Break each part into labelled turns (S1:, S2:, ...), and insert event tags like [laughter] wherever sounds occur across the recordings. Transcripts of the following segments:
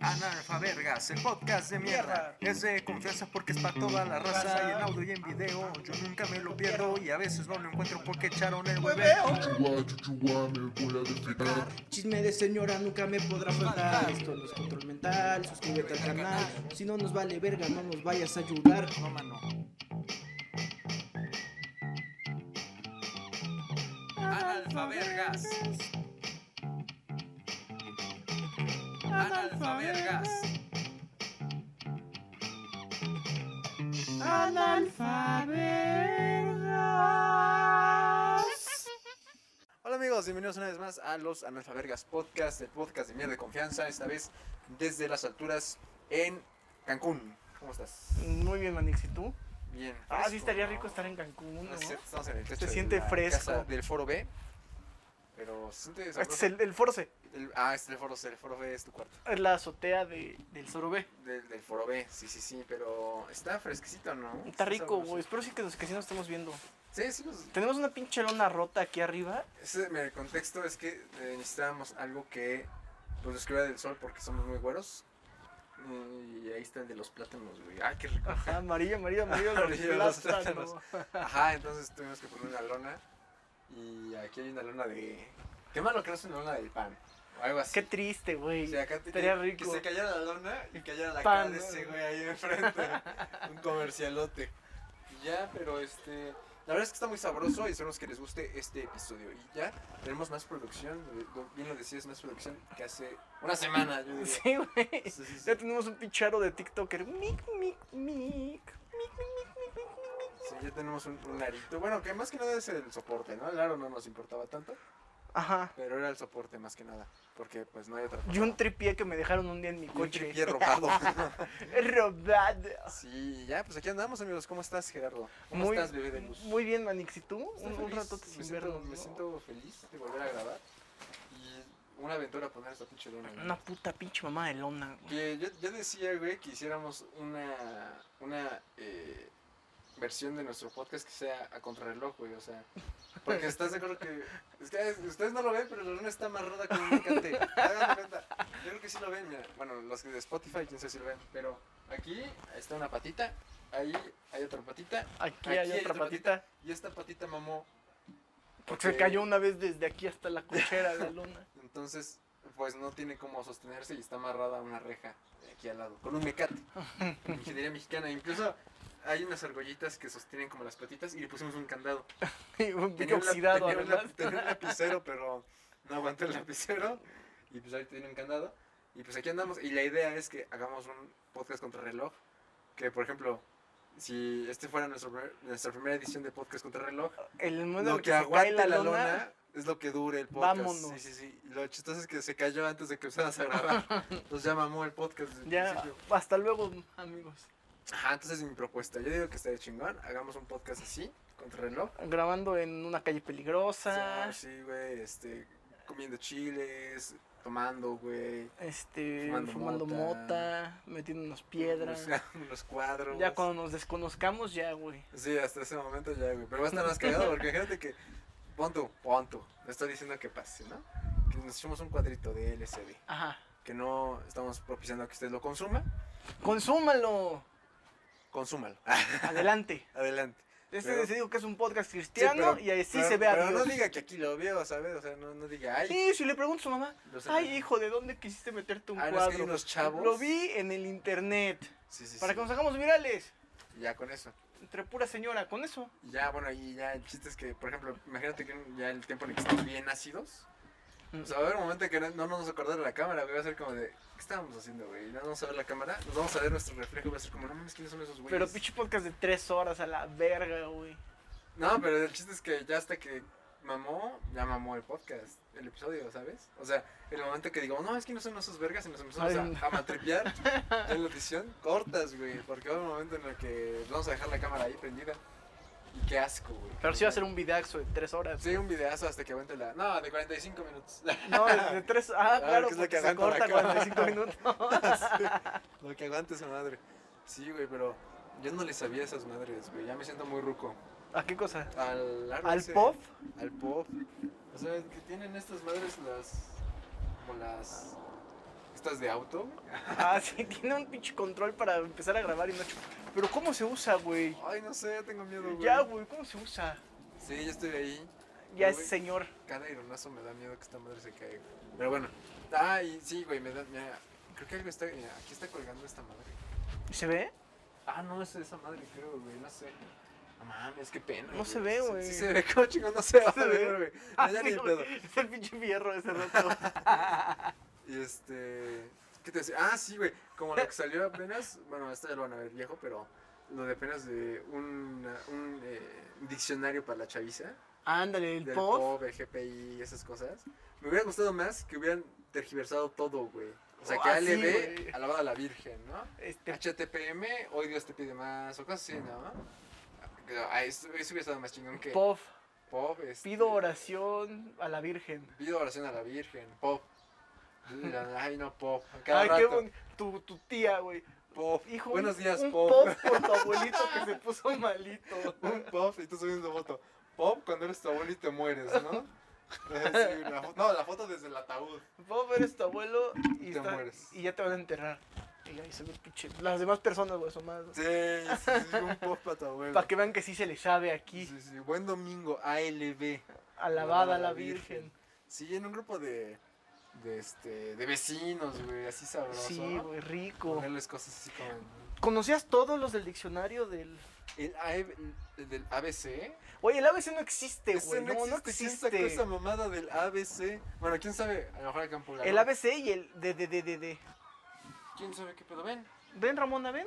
S1: Analfa Vergas, el podcast de mierda. Es de confianza porque es para toda la raza. Y en audio y en video, yo nunca me lo pierdo. Y a veces no lo encuentro porque echaron el hueveo.
S2: Chuchuá, chuchuá, me voy a despegar.
S3: Chisme de señora nunca me podrá faltar. Esto no es control mental, suscríbete al canal. Si no nos vale verga, no nos vayas a ayudar.
S1: No, mano. Analfa Vergas. Analfa Vergas. Hola amigos, bienvenidos una vez más a los Analfabergas Podcast, el podcast de mierda de confianza, esta vez desde las alturas en Cancún. ¿Cómo estás?
S4: Muy bien, Manix, ¿y tú?
S1: Bien.
S4: Ah, sí,
S1: fresco,
S4: estaría
S1: ¿no?
S4: rico
S3: este
S4: estar en Cancún,
S1: No
S4: ¿no?
S1: es cierto, estamos en el techo
S4: Se
S1: de
S4: siente
S1: la
S4: fresco.
S1: casa del Foro B, pero se siente
S4: Este es
S1: sabroso.
S4: el, el Force,
S1: El- ah, este es el Foro C, el Foro B es tu cuarto.
S4: es la azotea de, del Zoro B.
S1: Del, del Foro B, sí, sí, sí, pero está fresquecito, ¿no?
S4: Está rico,
S1: sabroso.
S4: güey. Espero sí que, nos, que sí nos estamos viendo.
S1: Sí, sí, pues,
S4: Tenemos una pinche lona rota aquí arriba.
S1: ese, mira, el contexto es que eh, necesitábamos algo que pues, nos cubra del sol porque somos muy güeros. Y ahí está el de los plátanos, güey. Ah, qué
S4: [laughs]
S1: rico.
S4: Ajá, amarillo, amarillo, [laughs] amarillo.
S1: Amarillo, los
S4: los
S1: plátanos.
S4: plátanos.
S1: Ajá, entonces tuvimos que poner una lona. Y aquí hay una lona de. Qué malo que no es una lona del pan. O algo así.
S4: Qué triste,
S1: O
S4: güey.
S1: sea, acá te-
S4: Estaría
S1: que-
S4: rico.
S1: Que se cayera la lona y cayera la cara
S4: Pan,
S1: de
S4: ¿no?
S1: ese güey ahí enfrente. un comercialote. Y Ya, pero este. La verdad es que está muy sabroso y esperemos que les guste este episodio. Y ya tenemos más producción. eh, lo- Bien lo decías, más producción que hace una semana, yo diría.
S4: Sí, güey.
S1: Sí, sí, sí.
S4: Ya tenemos un pincharo de TikToker. Mic, mic, mic. Mic, mic, mic, mic, mic.
S1: Sí, ya tenemos un, un arito. Bueno, que más que nada es el soporte, ¿no? El aro no nos importaba tanto,
S4: Ajá.
S1: pero era el soporte más que nada. Porque pues no hay otra.
S4: Y un tripié que me dejaron un día en mi
S1: Y un
S4: coche.
S1: tripié
S4: [laughs]
S1: robado.
S4: Robado.
S1: sí, ya, pues aquí andamos, amigos. ¿Cómo estás, Gerardo? ¿Cómo
S4: Muy,
S1: estás, bebé de luz?
S4: muy bien, Manix. ¿Y tú? Un,
S1: Estoy
S4: un
S1: feliz,
S4: ratote
S1: me
S4: sin
S1: siento,
S4: vernos.
S1: me
S4: ¿no?
S1: siento feliz de volver a grabar. Y una aventura poner esta pinche lona. güey.
S4: Una puta pinche mamá de lona, güey.
S1: Que yo, yo decía, güey, que hiciéramos una, una eh, versión de nuestro podcast que sea a contrarreloj, güey. O sea, porque estás de acuerdo que. es que es- ustedes no lo ven, pero la luna está amarrada con un cante. Hagan de cuenta. Yo creo que sí lo ven, mira. Bueno, los de Spotify, quién sabe si lo ven. Pero aquí está una patita. Ahí hay otra patita.
S4: Aquí, hay otra patita.
S1: Y esta patita mamó.
S4: Porque se cayó una vez desde aquí hasta la cochera de
S1: [laughs]
S4: la lona.
S1: Entonces, pues no tiene cómo sostenerse y está amarrada a una reja de aquí al lado, con un
S4: [laughs]
S1: mecate. Ingeniería mexicana. Incluso hay unas argollitas que sostienen como las patitas y le pusimos un candado.
S4: Y un
S1: Tenía
S4: pinche
S1: un lap-
S4: oxidado,
S1: tenía un lap-
S4: además.
S1: tenía un
S4: [laughs]
S1: lapicero, pero no aguantó el lapicero. Y pues ahí tiene un candado. Y pues aquí andamos. Y la idea es que hagamos un podcast contra reloj. Que por ejemplo, si este fuera nuestro primer- nuestra primera edición de podcast contra reloj,
S4: El momento en
S1: lo
S4: el
S1: que
S4: se cae
S1: aguante la,
S4: la
S1: lona, es lo que dure el podcast.
S4: Vámonos.
S1: Sí, sí, sí. Y Lo chistoso es que se cayó antes de que empezaras a grabar.
S4: [laughs]
S1: Entonces ya mamó el podcast desde el
S4: Ya,
S1: principio.
S4: hasta luego, amigos.
S1: Ajá, entonces mi propuesta. Yo digo que estaría chingón. Hagamos un podcast así, contra reloj.
S4: Grabando en una calle
S1: O
S4: peligrosa.
S1: sea, sí, güey, este, comiendo chiles, tomando, güey.
S4: Este,
S1: Fumando
S4: fumando,
S1: mota.
S4: mota. metiendo unas piedras.
S1: Unos, [laughs] unos cuadros.
S4: Ya cuando nos desconozcamos, ya, güey.
S1: Sí, hasta ese momento ya, güey. Pero va a estar más cagado
S4: [laughs]
S1: porque imagínate que. Pon tú, pon tú. No estoy diciendo que pase, ¿no? Que nos echemos un cuadrito de LCD.
S4: Ajá.
S1: que no estamos propiciando que usted lo consuma, [laughs]
S4: ¡Consúmalo!
S1: consúmalo. [laughs]
S4: Adelante.
S1: Adelante.
S4: Este
S1: Pero-
S4: se dijo que es un podcast cristiano
S1: pero-
S4: y así
S1: pero-
S4: se ve a
S1: Pero
S4: Dios.
S1: no diga que aquí lo veo, ¿sabes? O sea, no, no diga, ay,
S4: Sí, si le pregunto a su mamá,
S1: los-
S4: ay hijo, ¿de dónde quisiste meterte un
S1: ah, no, es que hay
S4: cuadro?
S1: unos chavos.
S4: Lo vi en el internet.
S1: Sí, sí,
S4: Para
S1: sí.
S4: que nos hagamos virales.
S1: Ya con eso.
S4: Entre pura señora, con eso.
S1: Y Ya, bueno, y ya el chiste es que, por ejemplo, imagínate que ya el tiempo en el que estamos bien ácidos.
S4: Mm.
S1: O sea, va a haber un momento que no, no nos vamos a acordar de la cámara, güey. Va a ser como de, ¿qué estábamos haciendo, güey? No vamos a ver la cámara, nos vamos a ver nuestro reflejo. Va a ser como, no mames, ¿quiénes son esos güeyes?
S4: Pero pinche podcast de tres horas a la verga, güey.
S1: No, pero el chiste es que ya hasta que mamó, ya mamó el podcast, el episodio, ¿sabes? O sea, el momento que digo, no, es que no son esos vergas y nos empezamos
S4: Ay, no.
S1: a, a matripear ya en la edición, cortas, güey, porque va un momento en el que vamos a dejar la cámara ahí prendida. Y qué asco, güey.
S4: Pero sí va a ser un vidaxo de tres horas.
S1: Sí, un videazo hasta que aguante la... No, de 45 minutos. [laughs]
S4: No, de, de tres. Ah,
S1: Ah,
S4: claro,
S1: que es lo que
S4: porque se
S1: aguanta la
S4: corta
S1: cámara.
S4: 45 minutos.
S1: Lo que aguante esa madre. Sí, güey, pero yo no le sabía a esas madres, güey. Ya me siento muy ruco.
S4: ¿A qué cosa?
S1: Al, árbol
S4: ¿Al
S1: ese-
S4: pop?
S1: al pop. O sea, que tienen estas madres las. como las. pistas de auto. güey.
S4: [laughs] Ah, sí, tiene un pinche control para empezar a grabar y no chup- Pero ¿cómo se usa, güey?
S1: Ay, no sé, tengo miedo, güey.
S4: Ya, güey, ¿cómo se usa?
S1: Sí, ya estoy ahí.
S4: Ya
S1: Pero,
S4: es
S1: güey,
S4: señor.
S1: Cada ironazo me da miedo que esta madre se caiga. Pero bueno. Ay, sí, güey, me da. Mira, creo que algo está. mira, aquí está colgando esta madre.
S4: ¿Se [laughs] ve?
S1: Ah, no, es esa madre, creo, güey, no sé. No mames, qué pena.
S4: No se ve,
S1: Sí-
S4: güey.
S1: Sí, se ve [laughs] como chingón, no se va
S4: Se
S1: a
S4: ve.
S1: ver, güey.
S4: Ah,
S1: No, ya ni
S4: sí,
S1: de
S4: güey,
S1: pedo.
S4: Es el pinche fierro ese [laughs] rato.
S1: Y este. ¿Qué te decía? Ah, sí, güey. Como lo que salió apenas. Bueno, esta ya lo van a ver viejo, pero. Lo de apenas de un, un eh, diccionario para la chaviza.
S4: Ándale, el
S1: Del
S4: pop.
S1: pop, el GPI y esas cosas. Me hubiera gustado más que hubieran tergiversado todo, güey. O sea,
S4: Oh,
S1: que
S4: ah, sí,
S1: ALB,
S4: güey.
S1: alabada a la Virgen, ¿no?
S4: Este,
S1: HTPM, hoy Dios te pide más, o cosas así, ¿no? Ah, Eso, eso hubiera estado más chingón que
S4: pop.
S1: pop. este,
S4: Pido oración a la Virgen.
S1: Pido oración a la Virgen, pop. Ay, no, pop. Cada
S4: Ay,
S1: rato,
S4: qué bon... tu, tu tía, güey.
S1: pop.
S4: Hijo,
S1: Buenos
S4: un-
S1: días,
S4: un
S1: pop.
S4: pop [laughs] por tu abuelito que se puso malito.
S1: [laughs] Un pop, y tú subiendo foto. Pop cuando eres tu abuelo y te mueres, ¿no? [laughs] Sí, la fo- no, la foto desde el ataúd.
S4: Vos eres tu abuelo y,
S1: Te
S4: está-
S1: mueres.
S4: y ya te van a enterrar. Y ahí se ve el pinche. Las demás personas, güey, son más.
S1: Sí, sí, sí, un pop para tu abuelo.
S4: Para que vean que sí se le sabe aquí.
S1: Sí, sí, buen domingo, ALB.
S4: Alabada a la Virgen.
S1: Sí, en un grupo de, de, este, de vecinos, güey, así sabroso.
S4: Sí,
S1: ¿no?
S4: güey, rico.
S1: Ponerles cosas así como...
S4: ¿Conocías todos los del diccionario del.
S1: El, AE el del ABC.
S4: Oye, el ABC no existe,
S1: ¿eh? Ese
S4: güey. No, no existe.
S1: ¿Quién sacó esa mamada del ABC? Bueno, quién sabe, a lo mejor acá en Puebla,
S4: El
S1: ¿no?
S4: ABC y el de, de, de, de, de.
S1: ¿Quién sabe qué pedo ven?
S4: ¿Ven, Ramona, ven?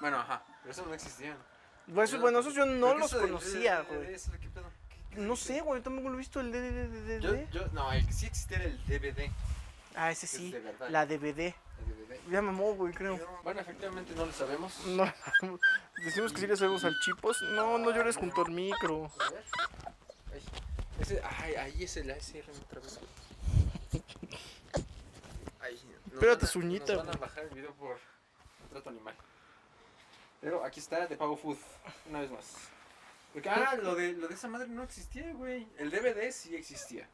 S1: Bueno, ajá. Pero eso no existían.
S4: Bueno, eso-
S1: Yo
S4: Pues, bueno, esos yo no
S1: Creo que
S4: los
S1: eso del-
S4: conocía,
S1: eh, eh,
S4: güey.
S1: eso de qué pedo, ¿qué- qué
S4: No
S1: existe?
S4: sé, güey, tampoco lo he visto el de, de, de, de, de,
S1: Yo,
S4: de.
S1: yo, no, el que sí existía era el DVD.
S4: Ah, ese
S1: es
S4: sí.
S1: de verdad.
S4: La DVD.
S1: El DVD.
S4: Ya mamó, güey, creo.
S1: Bueno, efectivamente no lo sabemos.
S4: No, [laughs] decimos que sí le sabemos al chipos. No, no llores junto al micro.
S1: A ver. Ay, ese- ay, ahí es el ASR otra vez. Ay, nos
S4: Espérate,
S1: van a-
S4: Zúñita,
S1: Nos van a
S4: güey.
S1: bajar el video por trato animal. Pero aquí está de Pago Food, una vez más. Porque, ah, lo de, lo de esa madre no existía, güey. El DVD sí existía.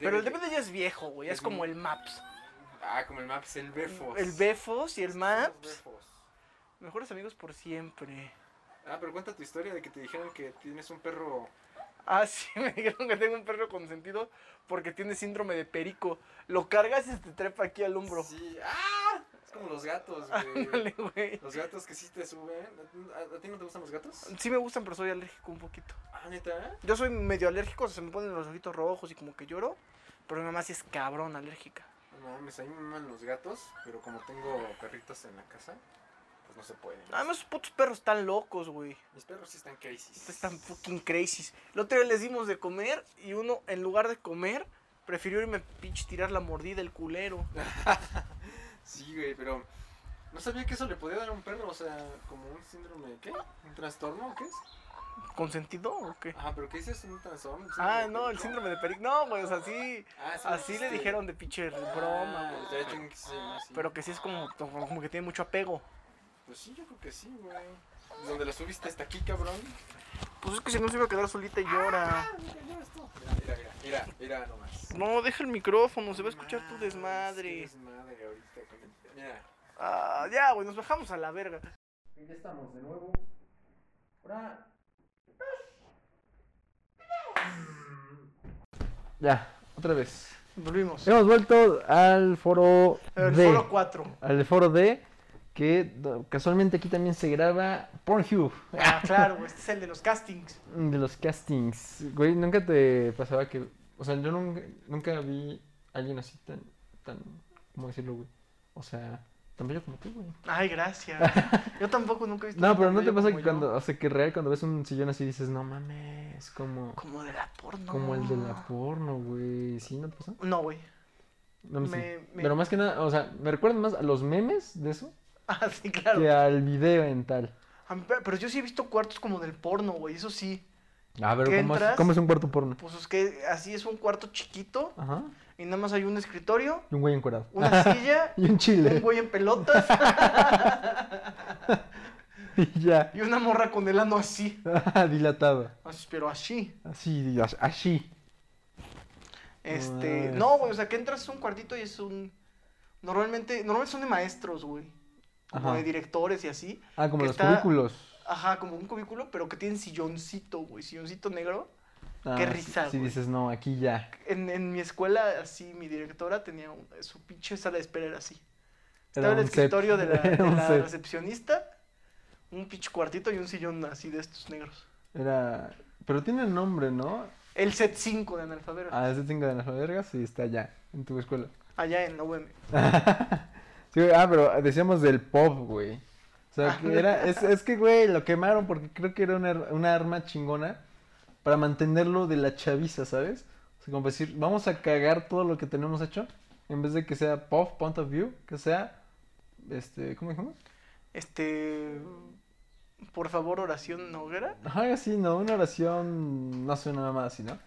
S4: Pero el DVD ya es viejo, güey. ya Es
S1: Es
S4: como
S1: muy-
S4: el Maps.
S1: Ah, como el Maps, el Befos.
S4: El Befos y el
S1: Son los
S4: Maps.
S1: Befos.
S4: Mejores amigos por siempre.
S1: Ah, pero cuenta tu historia de que te dijeron que tienes un perro.
S4: Ah, [laughs] sí, me dijeron que tengo un perro consentido porque tiene síndrome de perico. Lo cargas y se te trepa aquí al hombro. [laughs]
S1: Sí. ¡Ah! Es como los gatos, güey.
S4: Ándale, güey.
S1: Los gatos que sí te suben. ¿A, a ti no te gustan los gatos?
S4: Sí me gustan, pero soy alérgico un poquito.
S1: Ah, neta.
S4: Yo soy medio alérgico, se me ponen los ojitos rojos y como que lloro. Pero mi mamá sí es cabrón alérgica.
S1: No mames, a mí me maman los gatos, pero como tengo perritos en la casa, pues no se pueden.
S4: Además, esos putos perros están locos, güey.
S1: Mis perros sí están crazy.
S4: Pues Están fucking crazy. El otro día les dimos de comer y uno, en lugar de comer, prefirió irme a pinche tirar la mordida el culero.
S1: [laughs] Sí, güey, pero no sabía que eso le podía dar a un perro, o sea, como un síndrome, ¿qué? ¿Un trastorno o qué es?
S4: ¿Consentido o qué?
S1: Ah, pero ¿qué dices? ¿Un trastorno? ¿Un
S4: Ah,
S1: síndrome
S4: no, el
S1: de-
S4: síndrome de Peric. No, güey, o sea, así,
S1: Ah, sí,
S4: así le
S1: existe.
S4: dijeron de pinche broma,
S1: Ah,
S4: güey.
S1: ya tengo que ser así.
S4: Pero que sí es como, como que tiene mucho apego.
S1: Pues sí, yo creo que sí, güey. Donde la subiste hasta aquí, cabrón.
S4: Pues es que si no se iba a quedar solita y llora.
S1: mira, mira esto. Mira, mira, mira, mira nomás.
S4: No, deja el micrófono, se va a escuchar
S1: Mames,
S4: tu
S1: qué
S4: desmadre.
S1: desmadre ahorita con el- Mira.
S4: Ah, ya, güey, nos bajamos a la verga.
S1: Ya estamos de nuevo. Ahora.
S5: Ya, otra vez.
S4: Volvimos.
S5: Hemos vuelto al foro
S4: El
S5: D.
S4: foro 4.
S5: Al foro D, que do- casualmente aquí también se graba Pornhub.
S4: [laughs] Ah, claro, güey, este es el de los castings.
S5: De los castings. Güey, nunca te pasaba que. O sea, yo nunca, nunca vi a alguien así tan. tan ¿Cómo decirlo, güey? O sea, tan bello como tú, güey.
S4: Ay, [laughs] gracias. Yo tampoco nunca he visto.
S5: No,
S4: un
S5: pero no
S4: bello
S5: te pasa
S4: como
S5: que
S4: yo.
S5: cuando. O sea, que real cuando ves un sillón así dices, no mames, como.
S4: Como de la porno.
S5: Como el de
S4: Ah.
S5: la porno, güey. ¿Sí? ¿No te pasa?
S4: No, güey. [laughs]
S5: No me,
S4: Me-
S5: sí.
S4: me-
S5: Pero más que nada, o sea, me recuerdan más a los memes de eso
S4: Ah, sí, claro.
S5: que al video en tal.
S4: A mí- Pero yo sí he visto cuartos como del porno, güey. Eso sí.
S5: A ver,
S4: ¿Qué
S5: ¿cómo es,
S4: entras?
S5: cómo es un cuarto porno?
S4: Pues es que así es un cuarto chiquito
S5: Ajá.
S4: y nada más hay un escritorio,
S5: Y un güey encuerado.
S4: una silla,
S5: y un
S4: un
S5: chile.
S4: güey en pelotas
S5: [laughs] y ya. [laughs]
S4: y una morra con el ano así.
S5: Dilatado.
S4: Así, Pero así.
S5: Así, as- así.
S4: Este,
S5: mames.
S4: no, güey, o sea, que entras a un cuartito y es un normalmente normalmente son de maestros, güey, como
S5: Ajá.
S4: de directores y así.
S5: Ah, como
S4: que
S5: los
S4: está-
S5: cubículos.
S4: Ajá, como un cubículo, pero que tienen silloncito, güey, silloncito negro.
S5: Ah,
S4: qué
S5: sí-
S4: risa,
S5: Si
S4: güey.
S5: dices, no, aquí ya.
S4: En, en mi escuela, así, mi directora tenía un- su pinche sala de espera era así.
S5: Era
S4: Estaba el
S5: un set.
S4: escritorio de la, de
S5: [laughs] Era un
S4: la
S5: set.
S4: recepcionista, un pinche cuartito y un sillón así de estos negros.
S5: Era... Pero tiene nombre, ¿no?
S4: El set 5 de analfabeto,
S5: Ah, ese tengo de las vergas y está allá, en tu escuela.
S4: allá en la UM.
S5: Sí, güey, ah, pero decíamos del pop, güey. O sea,
S4: [laughs]
S5: que era, es, es que, güey, lo quemaron porque creo que era una, ar- una arma chingona para mantenerlo de la chaviza, ¿sabes? O sea, como decir, vamos a cagar todo lo que tenemos hecho en vez de que sea pop, point of view, que sea, este, ¿cómo dijimos?
S4: Este. Por favor, oración Noguera.
S5: Ajá, sí, no, una oración, no sé, una mamada así, ¿no?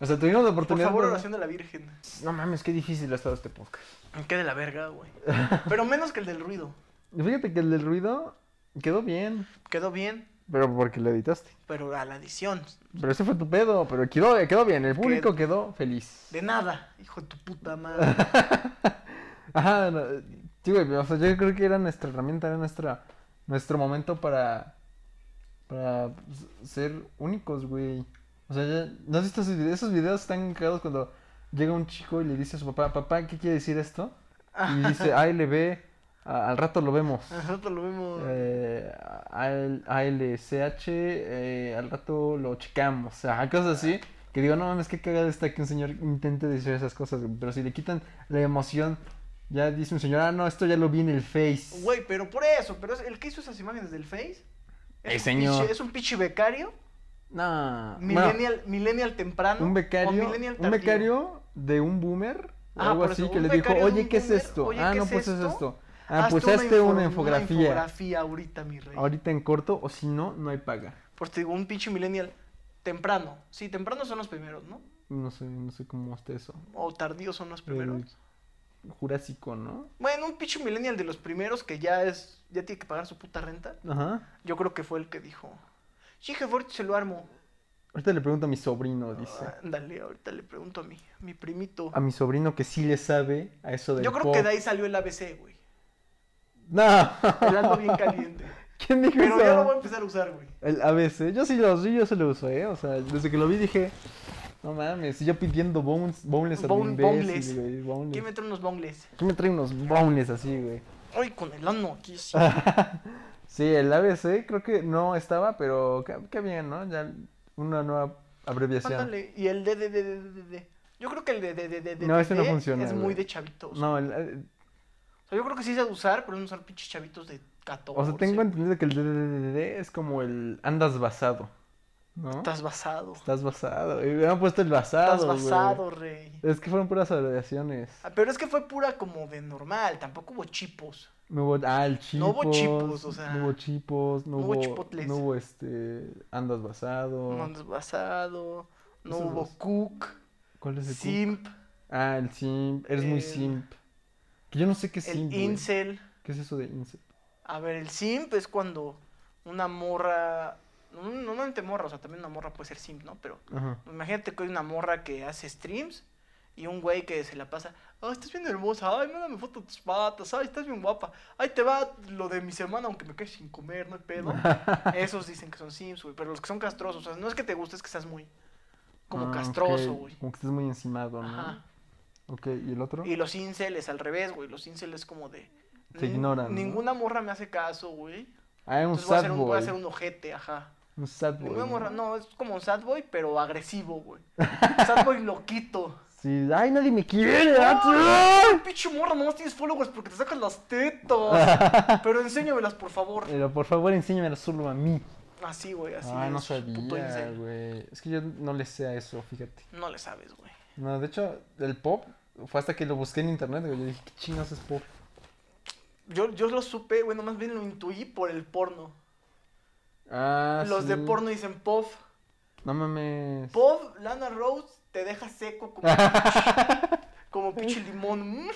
S5: O sea, tuvimos la
S4: Por
S5: oportunidad.
S4: favor,
S5: de-
S4: oración de la Virgen.
S5: No mames, qué difícil ha estado este podcast.
S4: Qué de la verga, güey. Pero menos que el del ruido.
S5: Fíjate que el del ruido quedó bien,
S4: Quedó bien,
S5: pero porque lo editaste.
S4: pero a la edición.
S5: Pero ese fue tu pedo, pero quedó, quedó bien, el público quedó feliz.
S4: De nada, hijo de tu puta madre.
S5: [laughs] Ajá, no, eh, sí, güey, o sea, yo creo que era nuestra herramienta, era nuestra, nuestro momento para, para pues, ser únicos, güey. O sea, ya- ¿no has visto esos videos? Esos videos están cagados cuando llega un chico y le dice a su papá, papá, ¿qué quiere decir esto? Y dice, ALB, a- al rato lo vemos.
S4: Nosotros lo vimos.
S5: Eh, AL- ALCH, eh, al rato lo checamos. O sea, cosas así. Que digo, no mames, qué cagada está que un señor intente decir esas cosas. güey, Pero si le quitan la emoción, ya dice un señor, ah, no, esto ya lo vi en el Face.
S4: Güey, pero por eso, pero es- el que hizo esas imágenes del Face.
S5: El
S4: Es un
S5: señor.
S4: pinche- es un pinche becario.
S5: No. Bueno,
S4: Millennial, millennial temprano.
S5: un
S4: o
S5: becario,
S4: millennial
S5: un
S4: tardío.
S5: becario de un boomer o
S4: Ah,
S5: algo
S4: por
S5: así
S4: eso,
S5: que
S4: un
S5: le dijo,
S4: becario de
S5: oye,
S4: un
S5: ¿qué es
S4: boomer,
S5: esto?
S4: oye,
S5: ah,
S4: ¿qué
S5: no,
S4: es
S5: pues es
S4: esto?
S5: esto. Ah,
S4: Hazte
S5: pues hazte
S4: info-
S5: una infografía.
S4: Una infografía ahorita, mi rey.
S5: Ahorita en corto, o si no, no hay paga.
S4: Pues te digo, un pinche millennial temprano. Sí, temprano son los primeros, ¿no?
S5: No sé, no sé cómo está eso.
S4: O tardíos son los primeros.
S5: Jurásico, ¿no?
S4: Bueno, un pinche millennial de los primeros que ya es ya tiene que pagar su puta renta.
S5: Ajá.
S4: Yo creo que fue el que dijo, sí, jefe, ahorita se lo armo.
S5: Ahorita le pregunto a mi
S4: Ah.
S5: sobrino, dice.
S4: Ándale, ahorita le pregunto a mi, mi primito.
S5: A mi sobrino que sí le sabe a eso del
S4: Yo creo
S5: pop.
S4: que de ahí salió el ABC, güey. El ando
S5: No.
S4: bien caliente.
S5: [laughs] ¿Quién dijo
S4: Pero
S5: eso?
S4: ya lo voy a empezar a usar, güey.
S5: El ABC. Yo sí lo sí, yo se lo uso, ¿eh? O sea, desde que lo vi dije, no mames, y yo pidiendo bones, boneless a mi
S4: Bone- boneless.
S5: imbécil, güey. boneless.
S4: ¿Quién me trae unos bongles?
S5: ¿Quién me trae unos boneless así, güey?
S4: Ay, con el ano aquí, sí.
S5: Sí, el ABC creo que no estaba, pero qué, qué bien, ¿no? Ya una nueva abreviación.
S4: Ándale. Y el de, de, de, de, de, de. Yo creo que el de, de, de, de, de,
S5: No, ese no
S4: de
S5: funciona,
S4: Es
S5: güey.
S4: muy de chavitos.
S5: No, el- eh,
S4: O sea, yo creo que sí se ha de usar, pero no usar pinches chavitos de 14.
S5: o sea, tengo entendido que el DDDD es como el andas basado, ¿no?
S4: Estás basado.
S5: Estás basado. Y me han puesto el basado.
S4: Estás
S5: güey.
S4: basado, rey.
S5: Es que fueron puras abreviaciones.
S4: Ah, Pero es que fue pura como de normal, tampoco hubo chipos.
S5: No hubo, ah, el chipos.
S4: No hubo chipos, o sea,
S5: No hubo chipos, no,
S4: no hubo
S5: hubo,
S4: chipotles.
S5: No hubo este. Andas basado.
S4: No andas basado, no
S5: Esos
S4: hubo
S5: dos.
S4: cook,
S5: ¿Cuál es el simp?
S4: simp,
S5: Ah, el simp. Eres muy
S4: El-
S5: simp. Que yo no sé qué es simp.
S4: el
S5: güey.
S4: incel.
S5: ¿Qué es eso de incel?
S4: A ver, el simp es cuando una morra, no no normalmente morra, o sea, también una morra puede ser simp, ¿no? Pero
S5: Ajá.
S4: imagínate que hay una morra que hace streams y un güey que se la pasa, ay, estás bien hermosa, ay, mándame foto de tus patas, ay, estás bien guapa, ahí te va lo de mi semana aunque me quede sin comer, no hay
S5: [laughs]
S4: pedo. Esos dicen que son sims, güey, pero los que son castrosos, o sea, no es que te guste, es que estás muy como
S5: Ah, ok.
S4: castroso, güey.
S5: Como que estás muy encimado, ¿no?
S4: Ajá.
S5: Ok, ¿y el otro?
S4: Y los inceles al revés, güey, los inceles como de
S5: Te
S4: "Ni-
S5: ignoran, ¿no?
S4: Ninguna morra me hace caso, güey.
S5: Ah, era un
S4: Entonces voy a,
S5: sad
S4: ser un, voy a
S5: boy.
S4: ser un ojete, ajá.
S5: Un sad boy.
S4: Ninguna
S5: ¿no?
S4: morra, no, es como un sad boy, pero agresivo, güey. [laughs] Un sad boy loquito.
S5: Sí, ay, nadie me quiere.
S4: ¡Ay,
S5: ¡ah!
S4: pinche morra! Nomás tienes followers porque te sacas las tetas.
S5: [laughs]
S4: Pero enséñamelas, por favor.
S5: Pero por favor, enséñamelo solo a mí.
S4: Así, güey, así.
S5: ah, no
S4: es, puto
S5: sabía,
S4: incel.
S5: güey. Es que yo no le sé a eso, fíjate.
S4: No le sabes, güey.
S5: No, de hecho, el pop fue hasta que lo busqué en internet, güey. Yo dije, ¿qué chingas es pop?
S4: Yo, yo lo supe, bueno, más bien lo intuí por el porno.
S5: Ah,
S4: Los de
S5: sí.
S4: porno dicen pof.
S5: No mames.
S4: Pof, Lana Rose te deja seco como,
S5: [laughs]
S4: pinche- como pinche limón.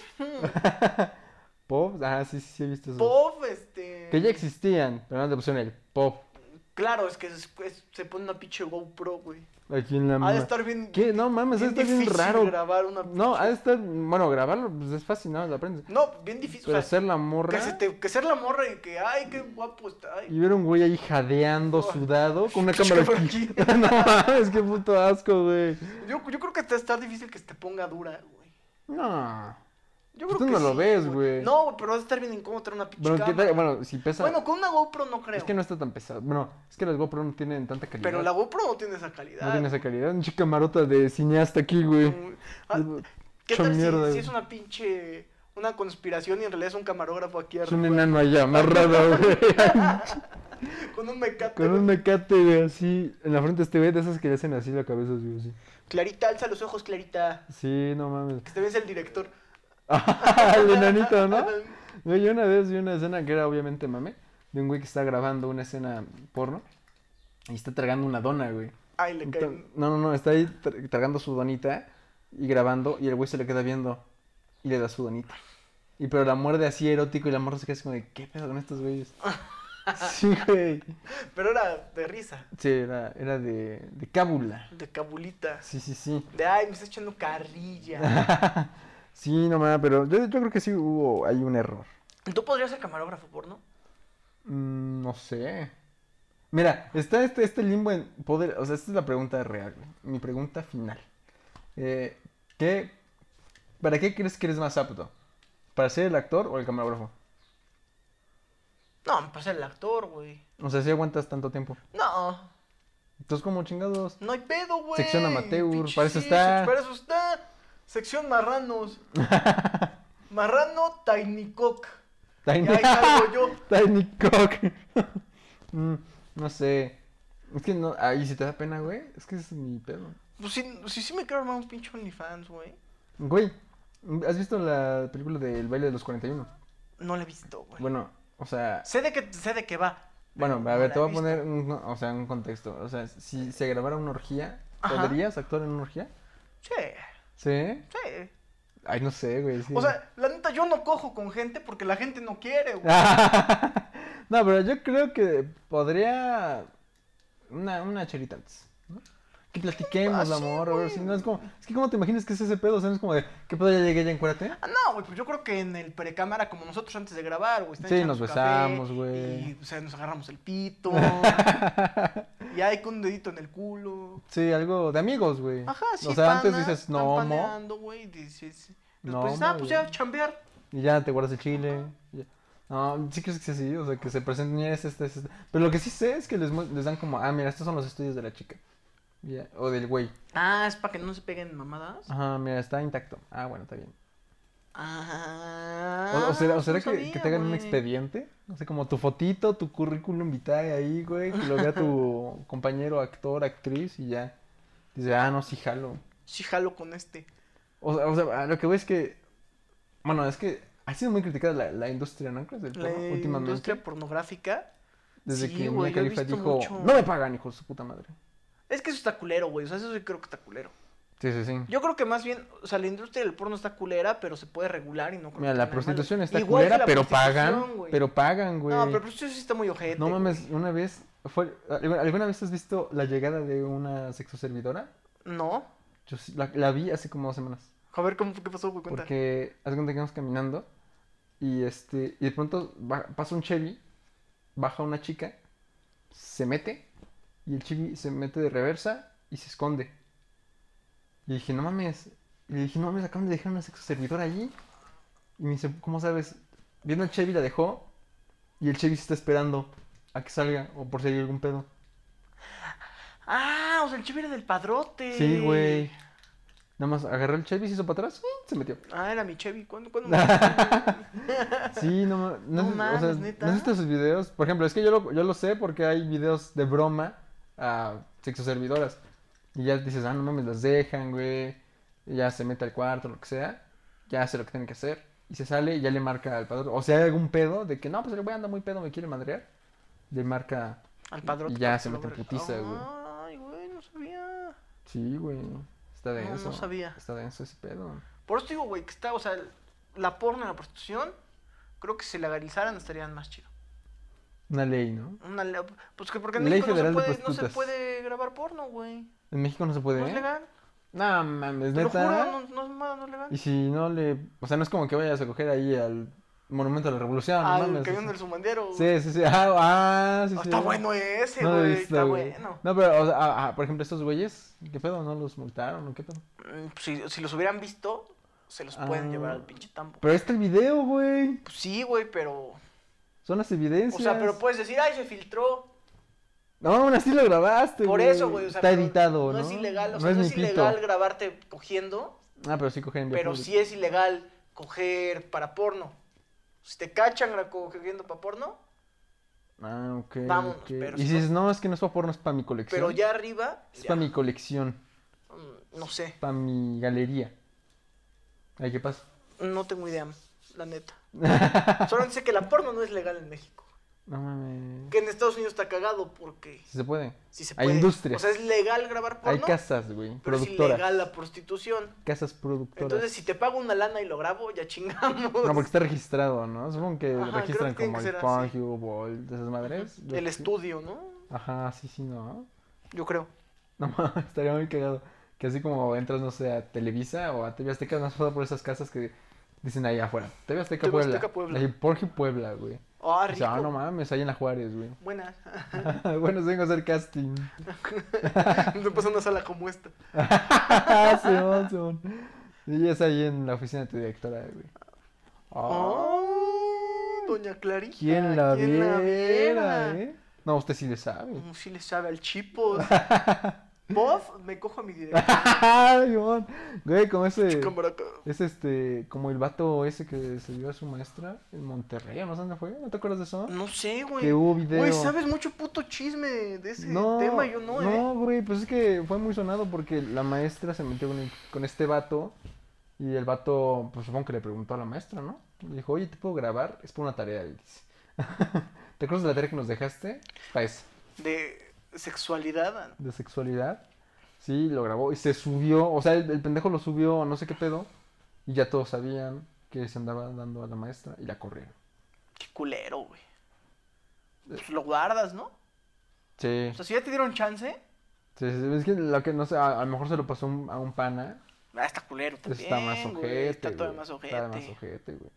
S5: Pop, ah, sí, sí, sí, he visto eso.
S4: Pof, este.
S5: Que ya existían, pero no te pusieron el pop.
S4: Claro, es que es- es- se pone una pinche GoPro, güey.
S5: Aquí en la
S4: Ha de
S5: Ah, ma-
S4: estar bien.
S5: ¿Qué? No mames,
S4: bien
S5: está bien
S4: difícil
S5: raro.
S4: grabar una
S5: No, ha
S4: pinche-
S5: de estar. Bueno, grabarlo pues es fácil, nada más la aprendes.
S4: No, bien difícil.
S5: Pero
S4: o sea,
S5: hacer la morra.
S4: que, se te- que ser la morra y que, ay, qué guapo está. ay.
S5: Y ver un güey ahí jadeando,
S4: Oh.
S5: sudado, con una
S4: Pinche
S5: cámara
S4: cámara
S5: aquí. [laughs] no mames, qué puto asco, güey.
S4: Yo, yo creo que te está difícil que se te ponga dura, güey.
S5: No.
S4: Yo
S5: Pues
S4: creo
S5: tú
S4: que
S5: no lo
S4: sí,
S5: ves, güey.
S4: No, güey, pero va a estar bien incómodo tener una pinche
S5: Bueno, ¿qué
S4: cámara.
S5: tal? bueno, si pesa.
S4: Bueno, con una GoPro no creo.
S5: es que no está tan pesado. Bueno, es que las GoPro no tienen tanta calidad.
S4: Pero la GoPro no tiene esa calidad.
S5: No tiene esa calidad. Un chica marota de cineasta aquí, güey.
S4: Mm, ah, ¿Qué
S5: Mucha
S4: tal si-
S5: mierda,
S4: si,
S5: güey.
S4: es una pinche. Una conspiración y en realidad es un camarógrafo aquí
S5: Es un
S4: arriba.
S5: enano
S4: [laughs]
S5: allá, amarrado, güey. [laughs]
S4: Con un mecate.
S5: Con
S4: güey.
S5: un mecate, güey, así. En la frente este güey, de esas que le hacen así la cabeza, güey, así.
S4: Clarita, alza los ojos, Clarita.
S5: Sí, no mames. [laughs]
S4: Que te ves el director.
S5: El enanito, ¿no? Güey, yo una vez vi una escena que era obviamente mame, de un güey que está grabando una escena porno y está tragando una dona, güey.
S4: Ay, le
S5: Ento-
S4: caen.
S5: No, no, no, está ahí tra- tragando su donita y grabando y el güey se le queda viendo y le da su donita. Y pero la muerde así erótico y la morra se queda así como de, ¿qué pedo con estos güeyes? sí, güey.
S4: Pero era de risa.
S5: Sí, era, era de, de cábula.
S4: De cabulitas.
S5: Sí, sí, sí.
S4: De ay, me estás echando carrilla.
S5: sí, no mames, pero yo, yo creo que sí hubo, hay un error.
S4: ¿Tú podrías ser camarógrafo porno?
S5: Mm, no sé. Mira, está este, este limbo en poder. O sea, esta es la pregunta real, güey. Mi pregunta final. Eh, ¿qué, ¿Para qué crees que eres más apto? ¿Para ser el actor o el camarógrafo?
S4: No, me pasa el actor, güey.
S5: O sea, si aguantas tanto tiempo.
S4: No,
S5: Entonces, como chingados. [laughs]
S4: no hay pedo, güey.
S5: Sección amateur,
S4: Pinche
S5: para eso
S4: sí,
S5: está.
S4: sec- Para eso está. Sección marranos. Marrano Tainicok. Y
S5: Tiny,
S4: ahí salgo yo.
S5: [laughs] Tiny cock. Mm, no sé. Es que no. Ahí si te da pena, güey. Es que es mi pedo.
S4: Pues sí, sí, sí me quiero armar un pinche OnlyFans, güey.
S5: Güey, ¿has visto la película del baile de los 41?
S4: No la he visto, güey.
S5: Bueno, o sea,
S4: Sé de que sé de qué va.
S5: Bueno,
S4: pero
S5: a
S4: no
S5: ver,
S4: la
S5: te voy
S4: he
S5: a poner un, o sea, un contexto. O sea, si se grabara una orgía,
S4: Ajá.
S5: ¿podrías actuar en una orgía?
S4: visto. Sí,
S5: Sí.
S4: sí.
S5: Ay, no sé, güey. sí.
S4: O sea, la neta yo no cojo con gente porque la gente no quiere, güey.
S5: [laughs] no, pero yo creo que podría. Una, una chelita antes. ¿no? Que platiquemos,
S4: Así,
S5: amor. a ver,
S4: Ah, güey.
S5: si no es como. Es que, ¿cómo te imaginas que es ese pedo? O sea, no es como de. ¿Qué pedo ya llegué ya encuérdate?
S4: Ah, no, güey, pues yo creo que en el precámara, como nosotros antes de grabar, güey. están
S5: Sí,
S4: echando
S5: nos
S4: su
S5: besamos,
S4: café
S5: güey.
S4: Y, o sea, nos agarramos el
S5: [laughs]
S4: pito. y hay con un dedito en el culo.
S5: Sí, algo de amigos, güey.
S4: Ajá, sí,
S5: O sea, antes
S4: pana,
S5: dices,
S4: están
S5: no, mo.
S4: paneando, güey, y dices...
S5: No,
S4: Después,
S5: mo,
S4: ah, pues ya,
S5: güey.
S4: chambear.
S5: Y ya te guardas el chile. y ya. No, sí crees que sea así, o sea, que se presenten ya es este, es este. Pero lo que sí sé es que les, mu- les dan como, ah, mira, estos son los estudios de la chica. Y ya, O del güey.
S4: Ah, es para que no se peguen mamadas.
S5: Ajá, mira, está intacto. Ah, bueno, está bien. O,
S4: Ah,
S5: o será, o
S4: no
S5: será que,
S4: sabía,
S5: que te hagan un
S4: güey.
S5: expediente, no sé, como tu fotito, tu currículum vitae ahí, güey, que lo
S4: [laughs]
S5: vea tu compañero actor, actriz y ya. Dice, ah, no, sí, jalo.
S4: Sí, jalo con este.
S5: O sea, o sea, a lo que voy es que, bueno, es que ha sido muy criticada la, la industria, ¿no crees? Del
S4: La
S5: porno últimamente.
S4: industria pornográfica.
S5: Desde
S4: Sí,
S5: que
S4: güey, yo
S5: Mia
S4: he
S5: Khalifa
S4: visto
S5: dijo,
S4: mucho.
S5: no me pagan, hijo de su puta madre.
S4: Es que eso está culero, güey. O sea, eso sí creo que está culero.
S5: Sí, sí, sí.
S4: Yo creo que más bien, o sea, la industria del porno está culera, pero se puede regular y no creo
S5: Mira,
S4: que
S5: la
S4: tenga
S5: prostitución
S4: malo.
S5: está
S4: Igual que
S5: culera,
S4: la
S5: pero
S4: prostitución,
S5: pagan,
S4: güey.
S5: pero pagan, güey.
S4: No,
S5: No,
S4: pero la prostitución sí está muy ojete.
S5: mames,
S4: güey.
S5: una vez, fue, ¿alguna alguna vez has visto la llegada de una sexoservidora?
S4: No.
S5: Yo sí- la, la vi hace como dos semanas.
S4: A ver, ¿cómo, ¿qué pasó, güey? Cuenta.
S5: Porque haz cuenta que íbamos caminando y este y de pronto ba- pasa un Chevy, baja una chica, se mete y el Chevy se mete de reversa y se esconde. Y dije, no mames. Y le dije, no mames, acaban de dejar una sexoservidora allí. Y me dice, ¿cómo sabes? Viendo al Chevy la dejó y el Chevy se está esperando a que salga o por si hay algún pedo.
S4: Ah, o sea, el chivo era del padrote.
S5: Sí, güey. Nada más agarró el Chevy, se hizo para atrás, se metió.
S4: Ah, era mi Chevy. ¿Cuándo, cuándo?
S5: [laughs]
S4: me metí?
S5: Sí, no, ma-
S4: No
S5: no, sé- o
S4: mames,
S5: sea,
S4: ¿neta?
S5: ¿no has visto sus videos? Por ejemplo, es que yo lo, yo lo sé porque hay videos de broma a sexoservidoras. Y ya dices, ah, no mames, las dejan, güey. Y ya se mete al cuarto, lo que sea. Ya hace lo que tiene que hacer. Y se sale y ya le marca al padrón. O sea, hay algún pedo de que, no, pues el güey anda muy pedo, me quiere madrear. Le marca,
S4: Al padrote.
S5: Y ya
S4: para
S5: se
S4: que lo
S5: mete en
S4: verga.
S5: putiza, güey.
S4: Ay, güey, no sabía.
S5: sí, güey. Está
S4: No,
S5: denso.
S4: no sabía.
S5: Está denso ese pedo.
S4: Por eso te digo, güey, que está, o sea, el- la porno y la prostitución, creo que si legalizaran estarían más chido.
S5: Una ley, ¿no?
S4: Una le- Pues que porque en
S5: Ley
S4: México no se,
S5: Federal de
S4: puede, no se
S5: Prostitutas.
S4: puede grabar porno, güey.
S5: En México no se puede,
S4: No
S5: ¿eh?
S4: es Pues legal.
S5: No mames,
S4: Te lo
S5: neta.
S4: juro, no, no es mamada, no es legal.
S5: Y si no le. O sea, no es como que vayas a coger ahí al Monumento a la Revolución, no
S4: Al
S5: mames,
S4: Ah, camión
S5: o
S4: del sumandero.
S5: sea. Sí, [laughs] sí, sí. Ah, ah sí,
S4: Ah,
S5: sí.
S4: está
S5: ya.
S4: bueno ese,
S5: No lo he
S4: güey.
S5: visto,
S4: está
S5: güey.
S4: bueno.
S5: No, pero, o sea, ah, ah, por ejemplo, estos güeyes, ¿qué pedo? ¿No los multaron o qué pedo?
S4: Mm, Si, si los hubieran visto, se los pueden
S5: Ah.
S4: llevar al pinche tambo.
S5: Pero ahí está el video, güey.
S4: Pues sí, güey, pero.
S5: Son las evidencias.
S4: O sea, pero pues puedes decir, ay, se filtró.
S5: No, aún así lo grabaste,
S4: Por eso, güey. O sea,
S5: Está
S4: pero
S5: editado, ¿no?
S4: No es ilegal, o sea, no
S5: mi
S4: es,
S5: pito.
S4: ilegal grabarte cogiendo,
S5: Ah, pero sí cogen en vía
S4: pero
S5: pública.
S4: sí es ilegal coger para porno. Si te cachan gra- cogiendo para porno,
S5: Ah, ok.
S4: Vámonos,
S5: ok.
S4: pero
S5: y
S4: si
S5: si
S4: no-
S5: dices, no, es que no es para porno, es para mi colección.
S4: pero ya arriba.
S5: Es
S4: ya,
S5: para mi colección,
S4: mm, No sé,
S5: para mi galería. Ay, ¿qué pasa?
S4: no tengo idea, la neta. Solo sé que la porno no es legal en México.
S5: No mames.
S4: Que en Estados Unidos está cagado porque
S5: Si se puede.
S4: si se
S5: Hay
S4: puede. O
S5: industrias.
S4: sea, es legal grabar
S5: Hay
S4: porno,
S5: casas, güey.
S4: pero es
S5: Productoras.
S4: ilegal la prostitución.
S5: Casas productoras.
S4: Entonces, si te pago una lana y lo grabo, ya chingamos.
S5: No, porque está registrado, ¿no? Supongo que
S4: Ajá, creo
S5: registran
S4: que tiene
S5: como
S4: que
S5: el
S4: ser así.
S5: Pornhub o el de esas madres. Yo
S4: El
S5: sí-
S4: estudio, ¿no?
S5: Ajá, sí, sí, no.
S4: Yo creo.
S5: No mames, estaría muy cagado. Que así como entras, no sé, a Televisa o a TV Azteca, no has pasado por esas casas que dicen ahí afuera. TV Azteca
S4: TV
S5: Puebla.
S4: Azteca, Puebla.
S5: Ahí, Pornhub Puebla, güey.
S4: Ah,
S5: O
S4: rico.
S5: sea, ah, no mames, ahí en la Juárez, güey. [laughs]
S4: Buenas.
S5: bueno, vengo a hacer casting.
S4: [laughs] no pasa una sala como esta.
S5: [laughs] Ah, Simón, Simón. Y es ahí en la oficina de tu directora, eh, güey. Ah,
S4: Oh, Ah, Doña Clarita.
S5: ¿Quién la viera,
S4: ah, viera?
S5: eh? No, usted sí le sabe. [laughs]
S4: Mm, Sí le sabe al chipo. Bof, me cojo a mi director.
S5: Simón. Güey, como
S4: [laughs]
S5: ese...
S4: Cámara acá.
S5: Es este, como el vato ese que se dio a su maestra en Monterrey, ¿o no sé dónde fue, ¿no te acuerdas de eso?
S4: No sé,
S5: que
S4: Mm, güey.
S5: hubo video.
S4: Güey, sabes mucho puto chisme de ese tema, yo no, eh.
S5: No, güey, pues es que fue muy sonado porque la maestra se metió con, con este vato y el vato, pues supongo que le preguntó a la maestra, ¿no? Le dijo, oye, ¿te puedo grabar? Es por una tarea, le dice. [laughs] ¿Te acuerdas de la tarea que nos dejaste? Pa' esa,
S4: De sexualidad.
S5: de sexualidad. Sí, lo grabó y se subió, o sea, el, el pendejo lo subió, no sé qué pedo, y ya todos sabían que se andaba dando a la maestra y la corrieron.
S4: Qué culero, güey. Pues lo guardas, ¿no?
S5: Sí,
S4: O sea, si ya te dieron chance,
S5: sí, sí, es que lo que no sé, a, a lo mejor se lo pasó un- a un pana.
S4: ah, está culero
S5: Eso
S4: también.
S5: está más
S4: güey.
S5: ojete.
S4: Está todavía
S5: güey.
S4: más ojete.
S5: Está más ojete, güey.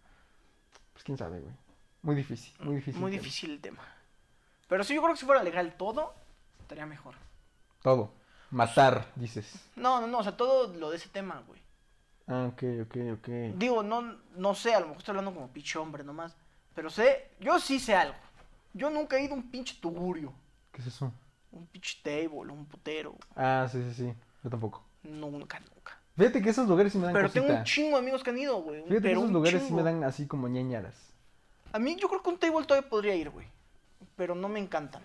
S5: Pues quién sabe, güey. Muy difícil, muy difícil.
S4: Muy
S5: el tema.
S4: difícil el tema. Pero sí, yo creo que si fuera legal todo, estaría mejor.
S5: Todo. Matar, dices.
S4: No, no, no, o sea, todo lo de ese tema, güey.
S5: Ah, ok, ok, ok.
S4: Digo, no, no sé, a lo mejor estoy hablando como pinche hombre nomás. Pero sé, yo sí sé algo. Yo nunca he ido a un pinche tugurio,
S5: ¿Qué es eso?
S4: un pinche table, un putero.
S5: Ah, sí, sí, sí. Yo tampoco.
S4: Nunca, nunca.
S5: Fíjate que esos lugares sí me dan
S4: Pero
S5: cosita.
S4: tengo un chingo de amigos que han ido, güey. un-
S5: Fíjate que
S4: pero
S5: esos
S4: un
S5: lugares sí
S4: chingo.
S5: me dan así como ñeñaras.
S4: A mí yo creo que un table todavía podría ir, güey. Pero no me encantan.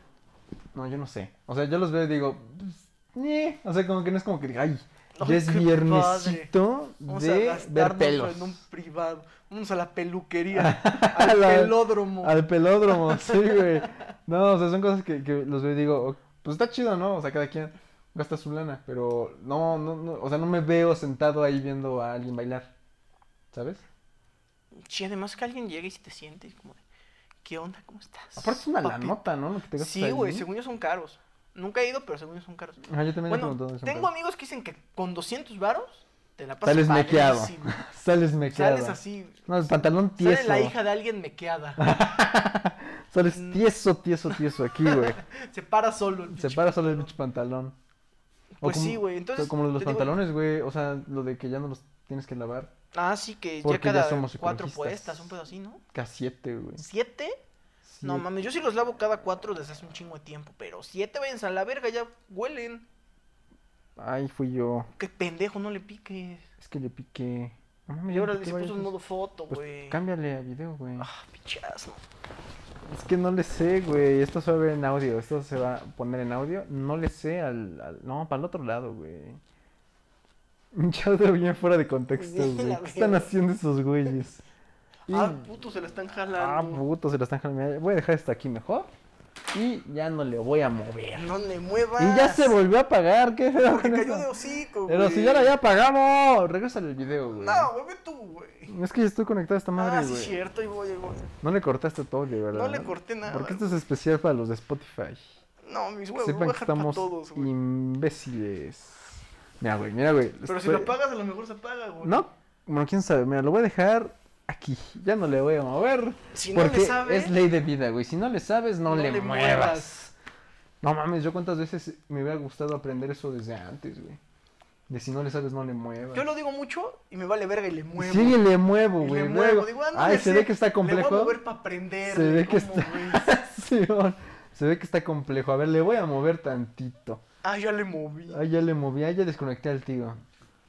S5: No, yo no sé. O sea, yo los veo y digo, pues, ñe. O sea, como que no es como que diga, ay,
S4: Ay,
S5: ya es
S4: qué
S5: viernesito
S4: Vamos a
S5: de ver
S4: gastarnos
S5: pelos.
S4: en un privado. Vamos a la
S5: [laughs]
S4: peluquería, al
S5: La-
S4: pelódromo.
S5: Al
S4: [laughs]
S5: pelódromo, sí, güey. No, o sea, son cosas que, que los veo y digo, "Oh, pues está chido, ¿no? O sea, cada quien gasta su lana, pero no, no, no, o sea, no me veo sentado ahí viendo a alguien bailar, ¿sabes?
S4: Sí, además que alguien llegue y se te siente como de, ¿qué onda? ¿Cómo estás?
S5: Aparte es una
S4: papi?"
S5: lanota, ¿no? Lo que te gastas
S4: Sí,
S5: ahí.
S4: güey, según yo son caros. Nunca he ido, pero según yo son caros.
S5: Ah, yo también he
S4: Bueno,
S5: preguntado eso.
S4: tengo
S5: pero-
S4: amigos que dicen que con 200 varos te la pasas
S5: Sales mequeado. [laughs]
S4: padrísimo.
S5: Sales mequeado.
S4: Sales así.
S5: No, el pantalón tieso.
S4: Sale la hija Mm. de alguien mequeada.
S5: Sales tieso, tieso, tieso
S4: [laughs]
S5: aquí, güey.
S4: Se para solo. el
S5: Se
S4: pinche
S5: para solo el
S4: pantalón.
S5: pinche pantalón. O
S4: Pues
S5: como-
S4: sí, güey. Entonces.
S5: Como los
S4: te digo-
S5: pantalones, güey. O sea, lo de que ya no los tienes que lavar.
S4: Ah, sí, que ya
S5: Porque ya
S4: cada
S5: somos
S4: cuatro
S5: ecologistas.
S4: puestas, un pedo así, ¿no?
S5: K7, güey.
S4: ¿Siete? No
S5: Siete.
S4: mames, yo sí los lavo cada cuatro desde hace un chingo de tiempo. Pero siete, váyanse a la verga, ya huelen.
S5: Ay, fui yo.
S4: Qué pendejo, no le piques.
S5: Es que le piqué. No mames,
S4: Y
S5: ya
S4: ahora
S5: le
S4: le
S5: piqué
S4: puso
S5: varias
S4: un modo
S5: veces.
S4: foto,
S5: Pues
S4: güey.
S5: cámbiale a video, güey.
S4: Ah, pichazo.
S5: Es que no le sé, güey. Esto se va a ver en audio. Esto se va a poner en audio. No le sé al. al- No, para el otro lado, güey. [laughs] Un audio bien fuera de contexto,
S4: Sí, la
S5: güey. ¿Qué están
S4: veo.
S5: haciendo esos güeyes?
S4: [laughs]
S5: Y-
S4: Ah, puto, se la están jalando.
S5: Ah, puto, se la están jalando. Voy a dejar esto aquí mejor. y ya no le voy a mover.
S4: No le muevas.
S5: Y ya se volvió a apagar, qué
S4: [laughs]
S5: feo
S4: Porque
S5: con
S4: cayó
S5: eso.
S4: de hocico,
S5: Pero
S4: güey.
S5: si ya la ya apagamos, regresa el video, güey.
S4: No, güey, ve tú, güey.
S5: Es que ya estoy conectado a esta madre,
S4: Ah, sí,
S5: güey.
S4: es cierto, y voy, ahí voy.
S5: No le cortaste todo, de verdad.
S4: No le corté nada.
S5: Porque esto es especial para los de Spotify.
S4: No, mis huevos,
S5: Que
S4: voy a
S5: sepan que
S4: dejar para
S5: estamos
S4: todos, güey.
S5: imbéciles. Mira, güey, mira, güey.
S4: Pero si
S5: estoy-
S4: lo apagas, a lo mejor se apaga, güey.
S5: No, bueno, quién sabe. Mira, lo voy a dejar aquí. Ya no le voy a mover.
S4: Si no le
S5: porque
S4: sabes-
S5: es ley de vida, güey. Si no le sabes, no,
S4: No
S5: le,
S4: le
S5: muevas.
S4: muevas.
S5: No mames, yo cuántas veces me hubiera gustado aprender eso desde antes, güey. De si no le sabes, no le muevas.
S4: Yo lo digo mucho y me vale verga y le muevo.
S5: Sí, le muevo,
S4: Y
S5: güey.
S4: le
S5: muevo.
S4: muevo. Digo, "Ah, ándale,
S5: Ay, se
S4: sí,
S5: ve que está complejo.
S4: Le voy a mover para aprender.
S5: Se ve que está- [laughs] Simón, se ve que está complejo. A ver, le voy a mover tantito.
S4: Ah, ya le moví.
S5: Ah, ya le moví, ah, ya desconecté al tío.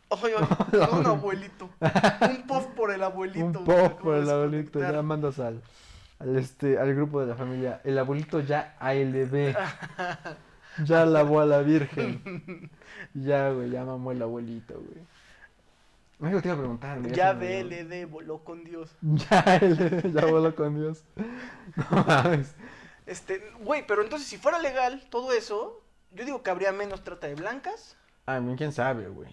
S4: Ay,
S5: [laughs]
S4: ay,
S5: La
S4: un
S5: verga.
S4: abuelito. Un puff por el abuelito.
S5: Un
S4: güey,
S5: pop
S4: acabo
S5: por
S4: de
S5: el abuelito, ya
S4: desconectar.
S5: mandas al, al, este, al grupo de la familia. El abuelito ya
S4: [laughs]
S5: ALB. Ya lavó a la virgen. Ya, güey, ya mamó el abuelito, güey. No lo te iba a preguntar, güey.
S4: Ya
S5: se me
S4: ve,
S5: olvidó.
S4: le de, voló con Dios.
S5: [laughs] Ya ALB, ya voló con Dios. [laughs] No mames.
S4: Este, güey, pero entonces si fuera legal todo eso, yo digo que habría menos trata de blancas.
S5: Ah, bien, quién sabe, güey.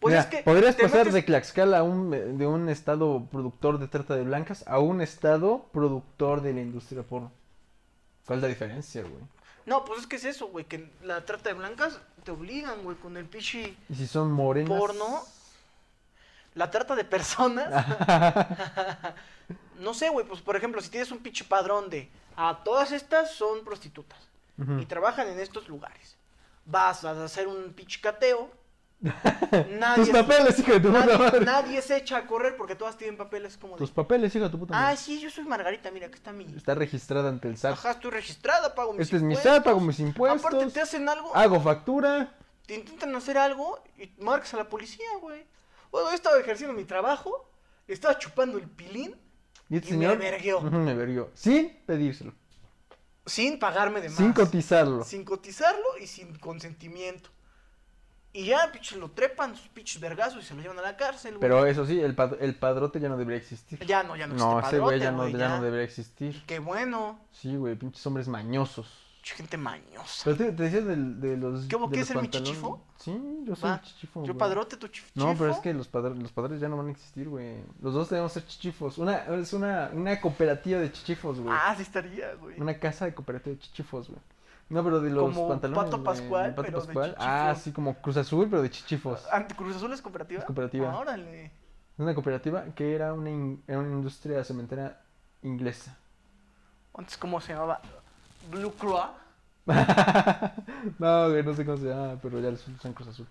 S4: Pues
S5: Mira,
S4: es que.
S5: podrías
S4: te
S5: pasar
S4: metes-
S5: de Tlaxcala a un, de un estado productor de trata de blancas a un estado productor de la industria porno. ¿Cuál es la diferencia, güey?
S4: No, pues es que es eso, güey, que la trata de blancas te obligan, güey, con el pichi.
S5: Y si son morenas.
S4: Porno. La trata de
S5: [laughs]
S4: personas. no sé, güey, pues por ejemplo, si tienes un pinche padrón de. A todas estas son prostitutas.
S5: Ujú.
S4: y trabajan en estos lugares. Vas a hacer un pinche
S5: [laughs]
S4: cateo. nadie,
S5: Tus
S4: se-
S5: papeles, hijo de tu puta
S4: nadie,
S5: madre.
S4: nadie se echa a correr porque todas tienen papeles como de.
S5: Tus papeles, hijo de tu puta
S4: Ah,
S5: madre.
S4: sí, yo soy Margarita, mira, aquí está mi.
S5: Está registrada ante el SAT.
S4: Ajá, estoy registrada, pago mis
S5: Este es mi
S4: impuestos.
S5: SAT, pago mis impuestos. Ah,
S4: Aparte, te hacen algo,
S5: Hago factura.
S4: te intentan hacer algo y marcas a la policía, güey. Bueno, yo estaba ejerciendo mi trabajo, estaba chupando el pilín
S5: Y este
S4: Y me
S5: señor.
S4: vergueó.
S5: Ujú, me vergueó. Sin pedírselo.
S4: sin pagarme de más.
S5: Sin cotizarlo.
S4: sin cotizarlo y sin consentimiento. Y ya, pinches, lo trepan, sus pinches vergazos y se lo llevan a la cárcel, güey.
S5: Pero eso sí, el, pad- el padrote ya no debería existir.
S4: Ya no, ya no existe
S5: No, ese güey
S4: padrote,
S5: ya no,
S4: güey,
S5: ya
S4: ya.
S5: no debería existir.
S4: Qué bueno,
S5: Sí, güey, pinches hombres mañosos.
S4: mucha gente mañosa.
S5: Pero te, te decía del- de los.
S4: ¿Qué hubo?
S5: de
S4: ¿Quieres
S5: los
S4: ser mi
S5: pantalones.
S4: chichifo?
S5: Sí, yo soy
S4: Va,
S5: chichifo.
S4: Yo
S5: güey.
S4: padrote, tu chif
S5: No, pero es
S4: chifo.
S5: que los padres, los padres ya no van a existir, güey. Los dos debemos ser chichifos. Una, es una, una cooperativa de chichifos, güey.
S4: Ah, sí estaría, güey.
S5: Una casa de cooperativa de chichifos, güey. No, pero de los
S4: Como
S5: pantalones.
S4: Pato
S5: güey,
S4: Pascual,
S5: Pato
S4: pero de
S5: Pascual. Ah,
S4: chichifos.
S5: sí, como Cruz Azul, pero de chichifos.
S4: ¿Anticruz Azul es cooperativa? Ah,
S5: Es cooperativa.
S4: Órale.
S5: Una cooperativa que era una, in- era una industria cementera inglesa.
S4: Antes, ¿cómo se llamaba? Blue Croix.
S5: no, güey, no sé cómo se llama, pero ya les usan Cruz Azul.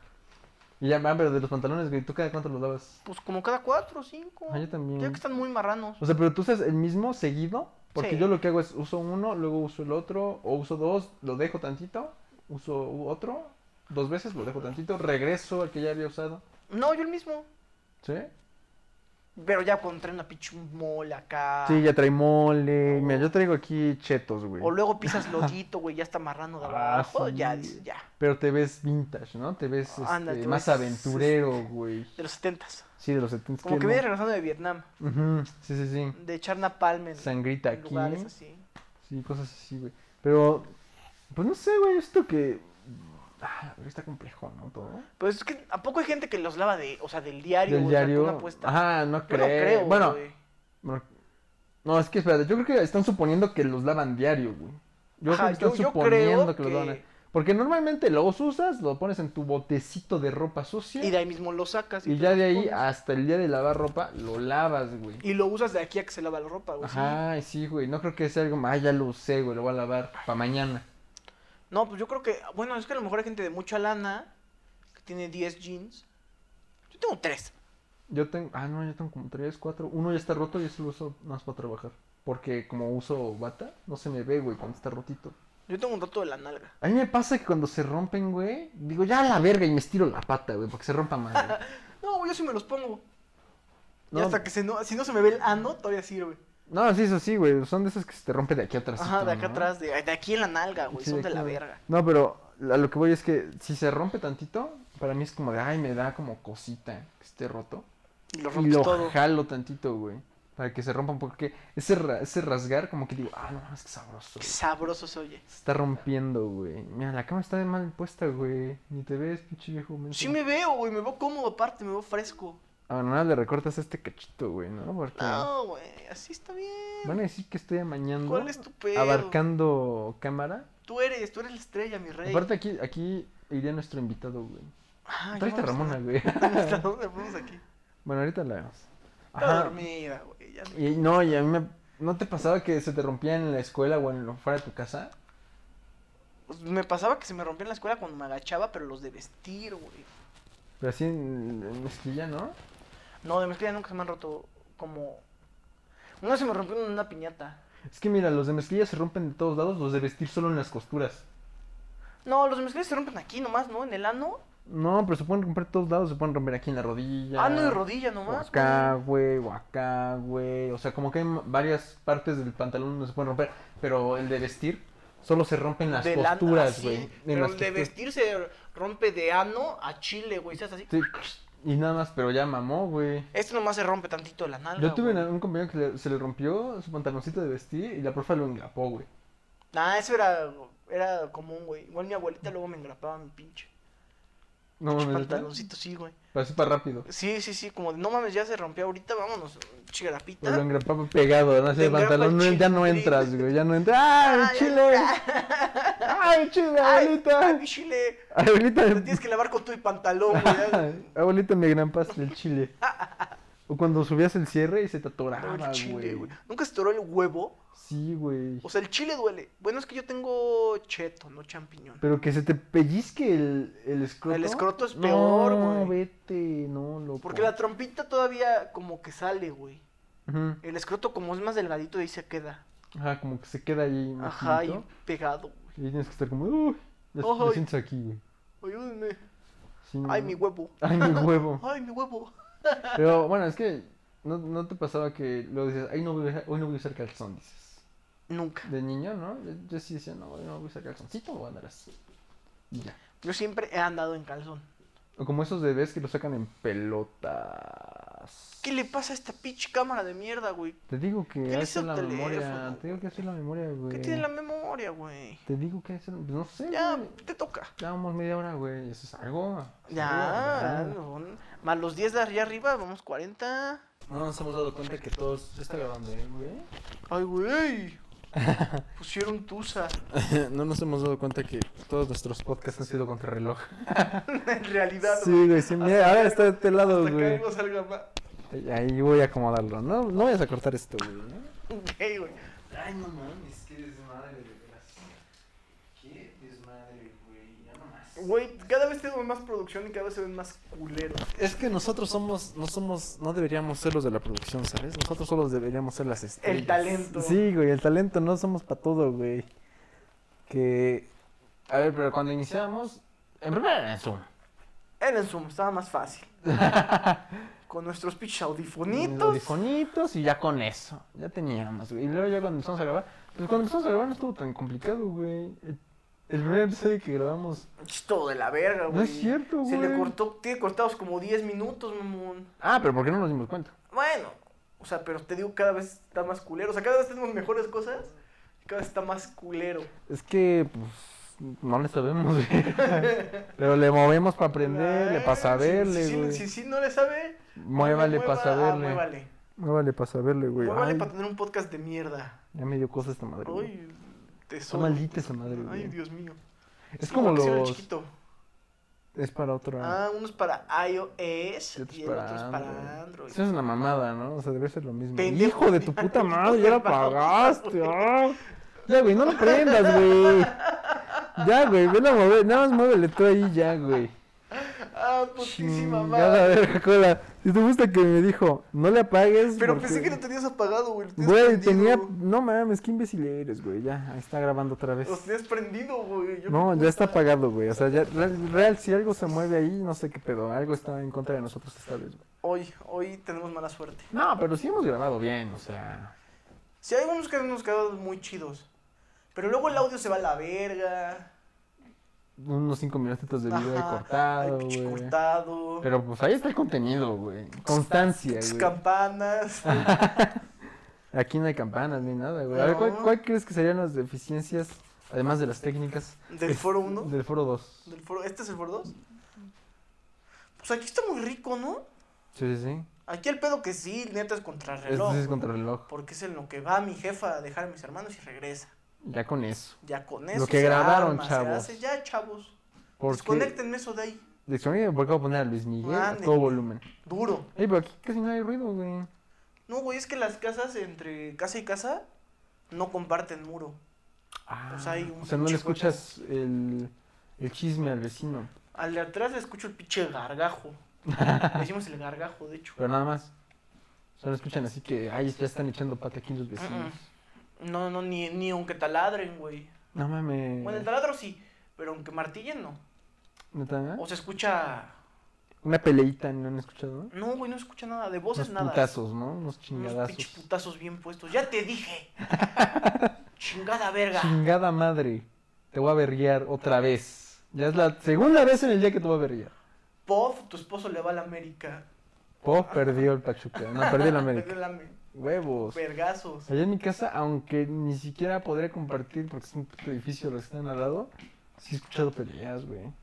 S5: Y ya, ah, pero de los pantalones, güey, ¿tú cada cuánto los lavas?
S4: Pues como cada cuatro o cinco.
S5: Ah, yo también.
S4: Ya que están muy marranos.
S5: O sea, pero tú usas el mismo seguido. Porque
S4: Sí.
S5: yo lo que hago es uso uno, luego uso el otro, o uso dos, lo dejo tantito, uso u- otro, dos veces, lo dejo tantito, regreso al que ya había usado.
S4: No, yo el mismo.
S5: ¿Sí?
S4: Pero ya cuando traen una pinche mole acá.
S5: Sí, ya trae
S4: Oh.
S5: mole. Mira, yo traigo aquí chetos, güey.
S4: O luego pisas lodito, güey, ya está marrano de
S5: Ah,
S4: abajo.
S5: sí.
S4: Ya, dices, ya.
S5: Pero te ves vintage, ¿no? Te ves
S4: Anda,
S5: este,
S4: tú
S5: más
S4: Ah, ves-
S5: aventurero, güey.
S4: De los setentas.
S5: Sí, de los 70.
S4: Como que viene regresando de Vietnam.
S5: Ujú, Sí, sí, sí.
S4: De echar napalm en,
S5: Sangrita
S4: en
S5: aquí.
S4: lugares así.
S5: Sí, cosas así, güey. Pero, pues no sé, güey, esto que... Ah, pero está complejo, ¿no? Todo.
S4: Pues es que, ¿a poco hay gente que los lava de, o sea, del diario?
S5: del
S4: o sea,
S5: diario.
S4: una apuesta?
S5: Ajá, no
S4: Yo
S5: creo.
S4: no creo,
S5: bueno,
S4: güey.
S5: bueno, no, es que espérate, yo creo que están suponiendo que los lavan diario, güey. Yo
S4: Ajá,
S5: creo que están
S4: yo- yo
S5: suponiendo
S4: creo
S5: que los lavan.
S4: que-
S5: Porque normalmente los usas, lo pones en tu botecito de ropa sucia.
S4: Y
S5: Y,
S4: de ahí mismo lo sacas. te
S5: ya
S4: los
S5: de ahí
S4: pones.
S5: hasta el día de lavar ropa, lo lavas, güey.
S4: Y lo usas de aquí a que se lava la ropa, güey. sí.
S5: Ajá, y sí, güey. No creo que sea algo más. Ah, ya lo usé, güey. Lo voy a lavar para mañana.
S4: No, pues yo creo que, bueno, es que a lo mejor hay gente de mucha lana que tiene 10 jeans. Yo tengo 3.
S5: Yo tengo. Ah, no, yo tengo como tres, cuatro. Uno ya está roto y eso lo uso más para trabajar. Porque como uso bata, no se me ve, güey, cuando está rotito.
S4: Yo tengo un rato de la nalga.
S5: A mí me pasa que cuando se rompen, güey, digo, ya a la verga y me estiro la pata, güey, porque se rompa más. güey.
S4: [laughs] No, güey, yo sí me los pongo.
S5: No,
S4: Y hasta que se no, si no se me ve el ano, todavía sirve.
S5: no, sí, eso sí, güey, son de esas que se te rompe de aquí atrás.
S4: Ajá, de acá atrás, de, de aquí en la nalga, güey, son de la verga.
S5: No, pero a lo que voy es que si se rompe tantito, para mí es como de, ay, me da como cosita que esté roto.
S4: Y lo
S5: Y
S4: rompes
S5: lo
S4: todo.
S5: jalo tantito, güey. Para que se rompan, porque ese, ra- ese rasgar, como que digo, ah, no mames, qué
S4: Qué
S5: sabroso. güey".
S4: sabroso se oye.
S5: Se está rompiendo, güey. Mira, la cama está de mal puesta, güey. Ni te ves, pinche viejo. menso.
S4: Sí me veo, güey, me veo cómodo aparte, me veo fresco.
S5: Ah, bueno, nada, le recortas este cachito, güey, ¿no? Porque
S4: No, güey, así está bien.
S5: van a decir que estoy amañando.
S4: ¿Cuál es tu pedo?
S5: Abarcando cámara.
S4: Tú eres, tú eres la estrella, mi rey.
S5: Aparte, aquí, aquí iría nuestro invitado, güey.
S4: Ah, ya
S5: Tráete a
S4: vamos
S5: Ramona, güey.
S4: [laughs] ¿Hasta dónde vamos aquí?
S5: [laughs] bueno, ahorita la vemos.
S4: Está
S5: Ajá.
S4: dormida, güey. ya ni-
S5: Y no, y a mí me... ¿No te pasaba que se te rompía en la escuela o en lo fuera de tu casa?
S4: Pues me pasaba que se me rompía en la escuela cuando me agachaba, pero los de vestir, güey.
S5: Pero así en, en mezclilla, ¿no?
S4: No, de mezclilla nunca se me han roto como... Una se me rompió en una piñata.
S5: Es que mira, los de mezclilla se rompen de todos lados, los de vestir solo en las costuras.
S4: No, los de mezclilla se rompen aquí nomás, ¿no? En el ano.
S5: No, pero se pueden romper en todos lados, se pueden romper aquí en la rodilla.
S4: Ano Ah, y rodilla
S5: O
S4: nomás.
S5: acá,
S4: güey.
S5: güey, o acá, güey. O sea, como que hay m- varias partes del pantalón donde se pueden romper, pero el de vestir solo se rompe en las
S4: De la-
S5: costuras,
S4: así,
S5: güey. En
S4: Pero
S5: las
S4: el de
S5: costuras.
S4: vestir se rompe de ano a chile, güey. ¿Sabes así?
S5: Sí, y nada más, pero ya mamó, güey.
S4: Este nomás se rompe tantito la nalga.
S5: Yo tuve
S4: güey.
S5: una- un compañero que le- se le rompió su pantaloncito de vestir y la profa lo engrapó, güey.
S4: Nah, eso era, era común, güey. Igual mi abuelita luego me engrapaba mi pinche,
S5: No
S4: pinche
S5: mames, ¿neta?
S4: pantaloncito, sí, güey.
S5: Pero así para rápido.
S4: Sí, sí, sí, como de, no mames, ya se rompió ahorita, vámonos, pinche
S5: Pero Pues lo
S4: grapita.
S5: engrapaba pegado, ¿no? Así
S4: Ah. Te
S5: el
S4: engrapa
S5: pantalón,
S4: el
S5: no- ya no
S4: chile.
S5: entras, güey, ya no entras. ¡Ay,
S4: [laughs] Ay,
S5: chile! ¡Ay,
S4: [laughs] Ay,
S5: chile,
S4: ay,
S5: abuelita!
S4: mi chile,
S5: Abuelita,
S4: te tienes que lavar con tu y pantalón,
S5: [laughs]
S4: güey.
S5: abuelita, me engrampaste el chile. O cuando subías el cierre y se te atoraba,
S4: Ay, el chile,
S5: güey.
S4: güey. ¿Nunca se toró el huevo?
S5: Sí, güey.
S4: O sea, el chile duele. Bueno, es que yo tengo cheto, no champiñón.
S5: Pero que se te pellizque el, el escroto.
S4: El escroto es peor,
S5: No,
S4: güey.
S5: vete, no, loco.
S4: Porque la trompita todavía como que sale, güey.
S5: Ujú.
S4: El escroto como es más delgadito ahí se queda.
S5: Ajá, como que se queda ahí.
S4: Ajá, ahí
S5: metido.
S4: pegado, güey.
S5: Y ahí tienes que estar como, uy, lo, lo
S4: Ay.
S5: sientes aquí, güey.
S4: Ayúdenme.
S5: Sí, no,
S4: Ay,
S5: no.
S4: mi huevo.
S5: Ay, mi
S4: [laughs]
S5: huevo.
S4: Ay, mi huevo.
S5: Pero bueno, es que no, no te pasaba que luego decías, ay, no voy a, usar- hoy no voy a usar calzón, dices.
S4: Nunca.
S5: De niño, ¿no? Yo, yo sí decía, no, hoy no voy a usar calzoncito, voy a andar así. Y ya.
S4: Yo siempre he andado en calzón.
S5: O como esos bebés que lo sacan en pelotas.
S4: ¿Qué le pasa a esta pinche cámara de mierda, güey?
S5: Te digo que
S4: ¿Qué le
S5: hace
S4: hizo
S5: la
S4: el
S5: memoria.
S4: teléfono,
S5: Te digo que hace la memoria, güey.
S4: ¿Qué tiene la memoria, güey?
S5: Te digo que hace la... pues, No sé,
S4: Ya,
S5: güey.
S4: te toca.
S5: Ya vamos media hora, güey. Eso es algo. es
S4: Ya,
S5: algo,
S4: no, más los 10 de allá arriba, vamos 40.
S5: No nos hemos dado cuenta que todos. Ya está grabando, ¿eh, güey?
S4: Ay, güey. Pusieron tusa.
S5: [laughs]
S4: [laughs]
S5: no nos hemos dado cuenta que todos nuestros podcasts han sido contra reloj.
S4: [laughs] en realidad,
S5: Sí, güey, sí, mira, ahora está de este lado,
S4: Hasta que
S5: güey.
S4: algo salga más.
S5: Ahí voy a acomodarlo. No, no vayas a cortar esto, güey. ¿no?
S4: Ok, güey.
S5: Ay, no mames, qué desmadre, de veras. Qué desmadre, güey. Ya nomás.
S4: Güey, cada vez tenemos más producción y cada vez se ven más culeros.
S5: Es que nosotros somos, no somos, no deberíamos ser los de la producción, ¿sabes? Nosotros solo deberíamos ser las estrellas.
S4: talento.
S5: Sí, güey, el talento no somos para todo, güey. Que... A ver, pero cuando iniciamos... En primera era en Zoom.
S4: Era en Zoom, estaba más
S5: [laughs]
S4: fácil. Con nuestros pinches
S5: Los
S4: audifonitos.
S5: audifonitos y ya con eso. Ya teníamos, güey. Y luego ya cuando empezamos a grabar... Pues cuando empezamos a grabar no estuvo tan complicado, güey. El- El primer episodio que grabamos...
S4: Es todo de la verga, güey.
S5: No es cierto,
S4: Se le
S5: güey.
S4: cortó, tiene cortados como 10 minutos, mamón.
S5: Ah, pero ¿por qué no nos dimos cuenta?
S4: Bueno, o sea, pero te digo, cada vez está más culero. O sea, cada vez tenemos mejores cosas y cada vez está más culero.
S5: Es que, pues, no le sabemos, güey. Pero le movemos [laughs] para aprenderle, para
S4: Ay,
S5: saberle,
S4: si, si-
S5: güey.
S4: Si sí no le sabe,
S5: Muévale
S4: mueva-
S5: para
S4: ah,
S5: saberle.
S4: muévale.
S5: Muévale para saberle, güey.
S4: Muévale
S5: Ay,
S4: para tener un podcast de mierda.
S5: Ya me dio cosa esta madre. güey.
S4: Ay,
S5: Está
S4: tesoro.
S5: maldita esa madre,
S4: Ay,
S5: güey.
S4: Dios mío.
S5: Es como
S4: que se ve el
S5: los.
S4: chiquito.
S5: Es para otra.
S4: Ah, uno es para iOS
S5: y otro
S4: y el otro es para Android.
S5: Eso es una mamada, ¿no? O sea, debe ser lo mismo.
S4: Pendejo.
S5: Hijo de tu puta
S4: [laughs]
S5: madre, ya la pagaste. ah. Ya, güey, no lo prendas, güey. Ya, güey, ven a mover. Nada más muévele tú ahí, ya, güey.
S4: Ah, putísima
S5: Ya,
S4: madre.
S5: cola. Si te gusta que me dijo, no le apagues.
S4: Pero
S5: porque-
S4: pensé que lo tenías apagado, güey. lo tenías
S5: Güey,
S4: prendido.
S5: tenía. No mames, qué imbécil eres, güey. Ya, ahí está grabando otra vez.
S4: Lo tenías prendido, güey. Yo
S5: No,
S4: qué
S5: ya está
S4: puta.
S5: apagado, güey. O sea, ya, real, real, si algo se mueve ahí, no sé qué pedo. Algo está en contra de nosotros esta vez, güey.
S4: Hoy, hoy tenemos mala suerte.
S5: No, pero sí hemos grabado bien, o sea.
S4: Sí, hay unos que hemos quedado muy chidos. Pero luego el audio se va a la verga.
S5: Unos cinco minutitos de video ahí
S4: Ajá,
S5: cortado,
S4: hay pinche
S5: güey.
S4: cortado.
S5: Pero pues ahí está el contenido, güey. Constancia,
S4: Tus
S5: [laughs] güey.
S4: campanas.
S5: Aquí no hay campanas ni nada, güey. A ver, ¿cuál,
S4: No.
S5: cuál crees que serían las deficiencias, además de las técnicas,
S4: ¿Del foro 1?
S5: del foro 2?
S4: ¿Del foro? ¿Este es el foro 2? Pues aquí está muy rico, ¿no?
S5: Sí, sí, sí.
S4: Aquí el pedo que sí, neta, es contrarreloj.
S5: Este sí
S4: güey,
S5: es contrarreloj.
S4: Porque es en lo que va mi jefa a dejar a mis hermanos y regresa.
S5: Ya con eso.
S4: Ya con
S5: Lo
S4: eso.
S5: que
S4: se
S5: grabaron,
S4: se
S5: chavos.
S4: hace. Ya, chavos.
S5: Porque.
S4: Desconecten eso de ahí.
S5: Desconecten, porque voy a poner a Luis Miguel a
S4: Ándale.
S5: todo volumen.
S4: Duro.
S5: Ey, pero aquí casi no hay ruido,
S4: Pues
S5: güey.
S4: No, güey, es que las casas entre casa y casa no comparten muro.
S5: Ah,
S4: Pues hay un
S5: o sea, no le
S4: pinche
S5: escuchas el, el chisme al vecino.
S4: Al de atrás le escucho el pinche gargajo. Le decimos el gargajo, de hecho.
S5: Pero nada más. O sea, no escuchan así que, ay, ya están echando pata aquí los vecinos.
S4: No, no, ni, ni aunque taladren, güey.
S5: No mames.
S4: Bueno, el taladro sí, pero aunque martillen, no.
S5: ¿Neta?
S4: O se escucha.
S5: Una peleita, ¿no han escuchado?
S4: No, güey, no se escucha nada. De voces
S5: Unos
S4: nada.
S5: putazos, ¿no? Unos
S4: Unos pinches
S5: chingadazos.
S4: putazos bien puestos. ¡Ya te
S5: [laughs]
S4: dije! ¡Chingada verga!
S5: Chingada madre. Te voy a berrear otra vez. Ya es la segunda vez en el día que te voy a berrear.
S4: Pof, tu esposo le va a la América.
S5: Po perdió el Pachuca. No, perdió la América.
S4: Le lame-
S5: Huevos.
S4: Vergazos.
S5: Allá en mi casa, aunque ni siquiera podré compartir porque es un puto edificio los que están al lado, sí he escuchado peleas, güey.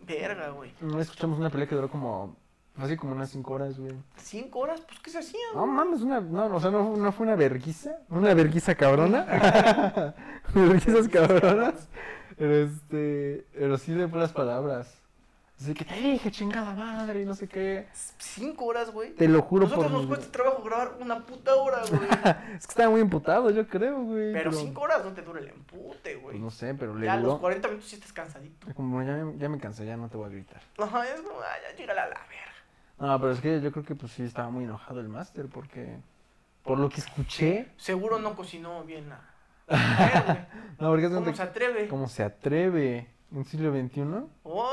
S4: Verga, güey.
S5: Una vez escuchamos una pelea que duró como, así como unas 5 horas, güey.
S4: ¿Cinco horas? Pues, ¿qué se hacían?
S5: No mames, una, no, o sea, no, no fue una verguiza, una
S4: [laughs]
S5: verguiza cabrona. Verguizas cabronas. Pero este, pero sí de puras palabras. Así que te dije, chingada madre, y no sé qué.
S4: ¿Cinco horas, güey?
S5: Te lo juro
S4: Nosotros
S5: por
S4: nos
S5: mi-
S4: cuesta trabajo grabar una puta hora,
S5: [laughs]
S4: güey.
S5: Es que estaba muy emputado, yo creo, güey.
S4: Pero cinco horas no te dura el empute, güey.
S5: Pues no sé, pero le
S4: ya a los
S5: duró.
S4: 40 minutos sí estás cansadito. [laughs]
S5: Como ya, me- ya me cansé, ya no te voy a gritar.
S4: Ajá, es como, ah, ya llega la la verga.
S5: No, pero es que yo creo que pues sí estaba muy enojado el máster porque por lo que escuché,
S4: Seguro no cocinó bien
S5: [laughs]
S4: la. la verga,
S5: no, porque
S4: güey.
S5: es
S4: ¿Cómo se
S5: como
S4: atreve?
S5: cómo se atreve en siglo XXI,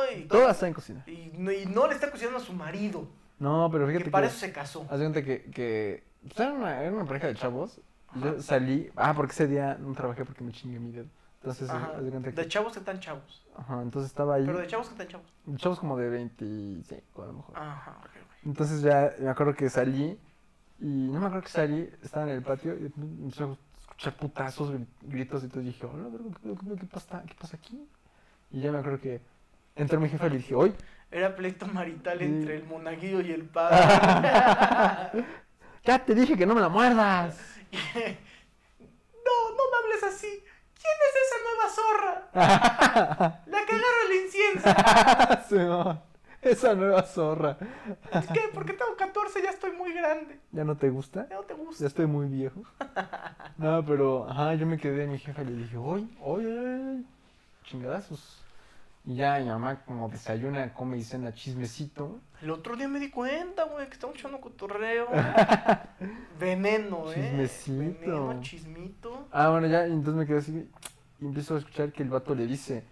S4: Ay,
S5: todas saben cocinar.
S4: Y no, y no le está cocinando a su marido.
S5: No, pero
S4: Que
S5: fíjate
S4: para
S5: que, Ah,
S4: eso se casó.
S5: haz de cuenta que, que pues, era, una, era una pareja de chavos, yo salí, ah, porque ese día no trabajé porque me chingué mi dedo. Entonces,
S4: Ajá.
S5: haz de cuenta
S4: De
S5: que,
S4: chavos que están chavos.
S5: ajá, entonces estaba ahí,
S4: Pero de chavos que están chavos.
S5: chavos como de 25 a lo mejor.
S4: Ajá, ok, güey.
S5: Entonces ya me acuerdo que salí y no me acuerdo que salí, estaba en el patio y me empecé a escuchar putazos, gri- gritos y todo. Y dije, hola, verga, ¿qué, qué- qué pasa, ¿qué pasa aquí? Y ya me acuerdo que entró mi jefa y le dije, ¡oy!
S4: Era pleito marital
S5: Sí.
S4: entre el monaguillo y el
S5: [laughs]
S4: padre. [laughs]
S5: ¡Ya te dije que no me la muerdas! [laughs]
S4: no, no me hables así. ¿Quién es esa nueva zorra? La que agarra el incienso.
S5: Simón, esa nueva zorra. [laughs]
S4: Es que porque tengo 14 ya estoy muy grande.
S5: ¿Ya no te gusta?
S4: Ya no te
S5: Ya
S4: gusta.
S5: estoy muy viejo. No, pero, ajá, yo me quedé a mi jefa y le dije, oye, oye, chingadazos. Y ya mi mamá como desayuna, come y cena chismecito.
S4: El otro día me di cuenta, güey, que estamos echando
S5: [laughs]
S4: cotorreo. Veneno, eh.
S5: Chismecito.
S4: Veneno, chismito.
S5: Ah, bueno, ya, y entonces me quedé así y empiezo a escuchar que el vato le dice,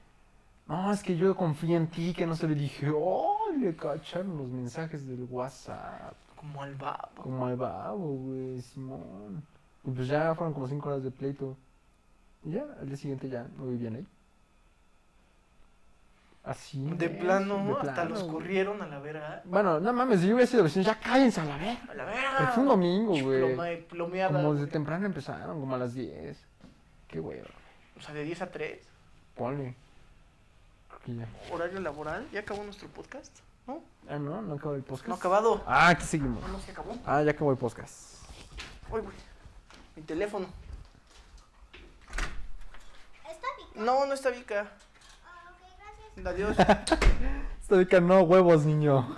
S5: no, es que yo confío en ti, que no se le dije, oh, le cacharon los mensajes del WhatsApp.
S4: Como al babo.
S5: Como el babo, güey, Simón. Y pues ya fueron como cinco horas de pleito. Y ya, al día siguiente ya no vivían ahí. Así.
S4: De
S5: es,
S4: plano,
S5: de
S4: hasta
S5: plano,
S4: los
S5: güey.
S4: corrieron a la verga.
S5: Bueno, no mames, si yo hubiera sido vecino, ya cállense a la verga.
S4: A la verga.
S5: Pero fue un domingo, güey.
S4: Ploma- Plomeada.
S5: Como desde
S4: güey.
S5: temprano empezaron, como a las 10. Qué güey,
S4: O sea, de 10 a 3.
S5: ponle. Creo que ya.
S4: Horario laboral. ¿Ya acabó nuestro podcast? ¿No?
S5: Ah, no, no acabó el podcast.
S4: No ha acabado.
S5: Ah, aquí seguimos.
S4: No, no se acabó.
S5: Ah, ya acabó el podcast.
S4: Uy, güey. Mi teléfono.
S6: Está bien.
S4: No, no está Vika.
S6: Ah, ok, gracias.
S4: Adiós. [laughs]
S5: Esta beca no, huevos, niño. [laughs]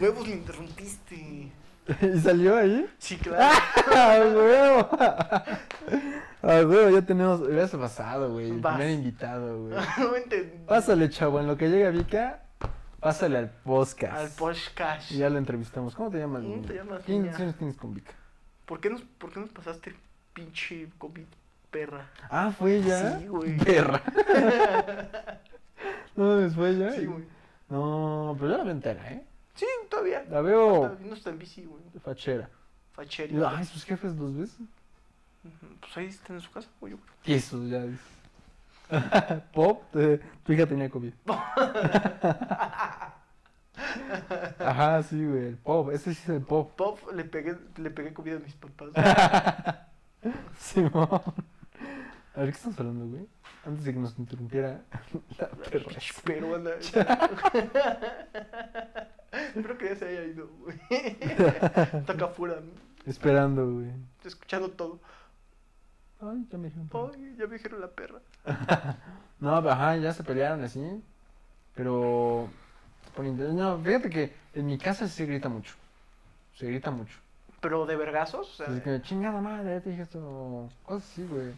S4: Huevos, me interrumpiste.
S5: ¿Y salió ahí? [laughs]
S4: Sí, claro.
S5: ¡A huevo! ¡A huevo! Ya tenemos. Hubieras pasado, güey. El
S4: Vas.
S5: primer invitado, güey.
S4: [laughs] no entendí.
S5: Pásale, chavo. En lo que llega Vika, pásale al podcast.
S4: Al podcast.
S5: Y ya lo entrevistamos. ¿Cómo te llamas,
S4: ¿Cómo
S5: niño?
S4: te llamas,
S5: ¿Qué
S4: niña?
S5: intenciones tienes con Vika?
S4: ¿Por qué, nos, ¿Por qué nos pasaste pinche COVID, perra?
S5: Ah, ¿fue ya?
S4: Sí, güey.
S5: Perra. no, mames, ¿fue ya?
S4: Sí, güey.
S5: No, pero yo la veo entera, ¿eh?
S4: Sí, todavía.
S5: La veo
S4: Todavía No está en bici, güey.
S5: fachera.
S4: Facherio.
S5: Y, Ay, sus jefes los ves.
S4: Ujú, Pues ahí están en su casa, güey. yo creo.
S5: Tiesos, ya. [laughs] dices. Pop, eh, tu hija tenía COVID. [laughs] Ajá, sí, güey, el pop. Ese sí es el pop. [laughs]
S4: Pop, le pegué, le pegué comida a mis papás.
S5: Ah, Simón. A ver, ¿qué estamos hablando, güey? Antes de que nos interrumpiera [laughs] la perra.
S4: Pinche Peruana.
S5: [laughs]
S4: [laughs] Espero que ya se haya ido,
S5: [laughs]
S4: güey. Toca fuera, ¿no?
S5: Esperando, güey.
S4: Estoy escuchando todo.
S5: Ay, ya me dijeron. todo.
S4: Ay, ya me dijeron la perra.
S5: No, pero, ajá, ya se pelearon así. Pero. por inter- No, fíjate que en mi casa sí se grita mucho. Se grita mucho.
S4: Pero de vergazos, o sea,
S5: Es que chingada madre, ya te dije esto. Cosas así, güey.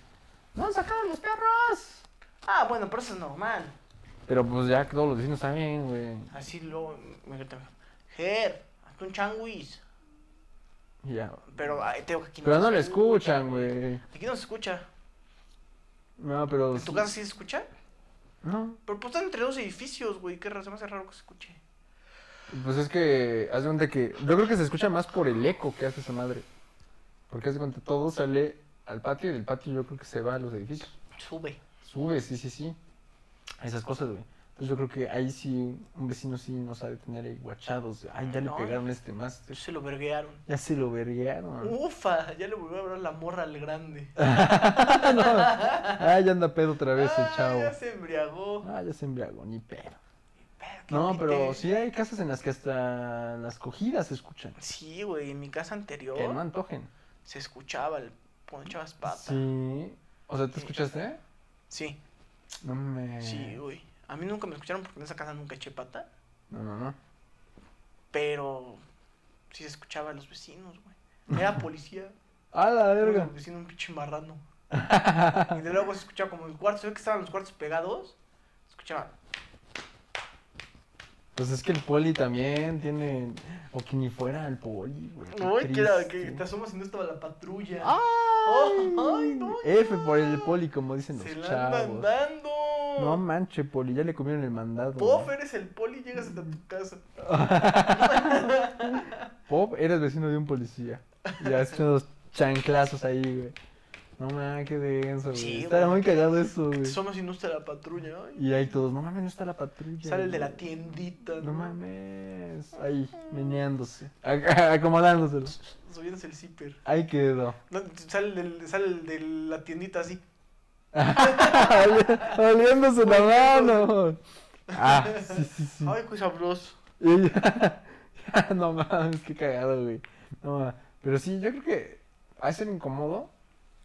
S5: ¡No sacaron los perros!
S4: Ah, bueno, pero eso es normal.
S5: Pero pues ya que todos los vecinos saben, güey.
S4: Así luego me gritan. Ger, hazte un changuis.
S5: Y ya.
S4: Pero ay, tengo que aquí
S5: Pero
S4: se
S5: no lo
S4: escucha,
S5: escuchan, güey.
S4: Aquí no se escucha.
S5: No, pero.
S4: ¿En tu casa sí se escucha?
S5: No.
S4: Pero pues están entre dos edificios, güey. Qué razón, me hace raro que se escuche.
S5: Pues es que, haz de cuenta que, yo creo que se escucha más por el eco que hace esa madre. Porque haz de cuenta, todo sale al patio y del patio yo creo que se va a los edificios.
S4: Sube.
S5: Sube, sí, sí, sí. A Esas cosas, güey. Entonces yo creo que ahí sí, un vecino sí nos ha de tener ahí guachados. de, Ay, ya le
S4: No.
S5: pegaron a este más.
S4: Se lo verguearon.
S5: Ya se lo verguearon.
S4: Ufa, ya le volvió a hablar la morra al grande.
S5: Ah, [laughs] No. Ay, ya anda pedo otra vez el
S4: Ah,
S5: chavo.
S4: Ya se embriagó.
S5: Ah, ya se embriagó, ni pedo.
S4: Pero que
S5: No,
S4: grite.
S5: pero sí hay casas en las que hasta las cogidas se escuchan.
S4: Sí, güey, en mi casa anterior
S5: Que no antojen.
S4: se escuchaba el poncho pata. Sí.
S5: Sí. O sea, ¿tú
S4: Sí.
S5: escuchaste?
S4: Sí,
S5: No me.
S4: güey. A mí nunca me escucharon porque en esa casa nunca eché pata,
S5: No, no, no.
S4: pero sí se escuchaba a los vecinos,
S5: [laughs]
S4: güey. Era policía.
S5: A la
S4: Era
S5: verga.
S4: un vecino un pinche marrano. Y de luego se escuchaba como el cuarto, se ve que estaban los cuartos pegados. Se escuchaba.
S5: Pues es que el poli también tiene. O que ni fuera el poli, güey. qué
S4: Uy, que, era- que
S5: triste. Ah,
S4: te asomas y no estaba la patrulla.
S5: ¡Ay!
S4: ay, no,
S5: F
S4: ya.
S5: por el poli, como dicen
S4: se
S5: los
S4: la andan
S5: chavos.
S4: dando.
S5: No manche, poli, ya le comieron el mandado.
S4: Pof,
S5: güey.
S4: eres el poli y llegas hasta tu casa.
S5: Pop, eres vecino de un policía.
S4: [laughs]
S5: Ya has hecho unos chanclazos ahí, güey. No mames, qué denso, güey.
S4: Sí,
S5: Estaba
S4: güey.
S5: muy callado eso,
S4: Que
S5: güey.
S4: te asomas y no está la patrulla. ay.
S5: Y ahí todos, no mames, no está la patrulla.
S4: Sale el de la
S5: güey.
S4: tiendita,
S5: No mames. Ahí, meneándose. Ac- [laughs] Acomodándoselo.
S4: Subiéndose el zipper. [laughs]
S5: Ahí quedó. [laughs]
S4: No, sale, el del, sale el de la tiendita así.
S5: Oliéndose la mano. Ah, sí, sí, sí.
S4: Ay, qué sabroso.
S5: Y ya- [laughs] ya, no mames, qué cagado, güey. No mames. Pero sí, yo creo que va a ser incómodo.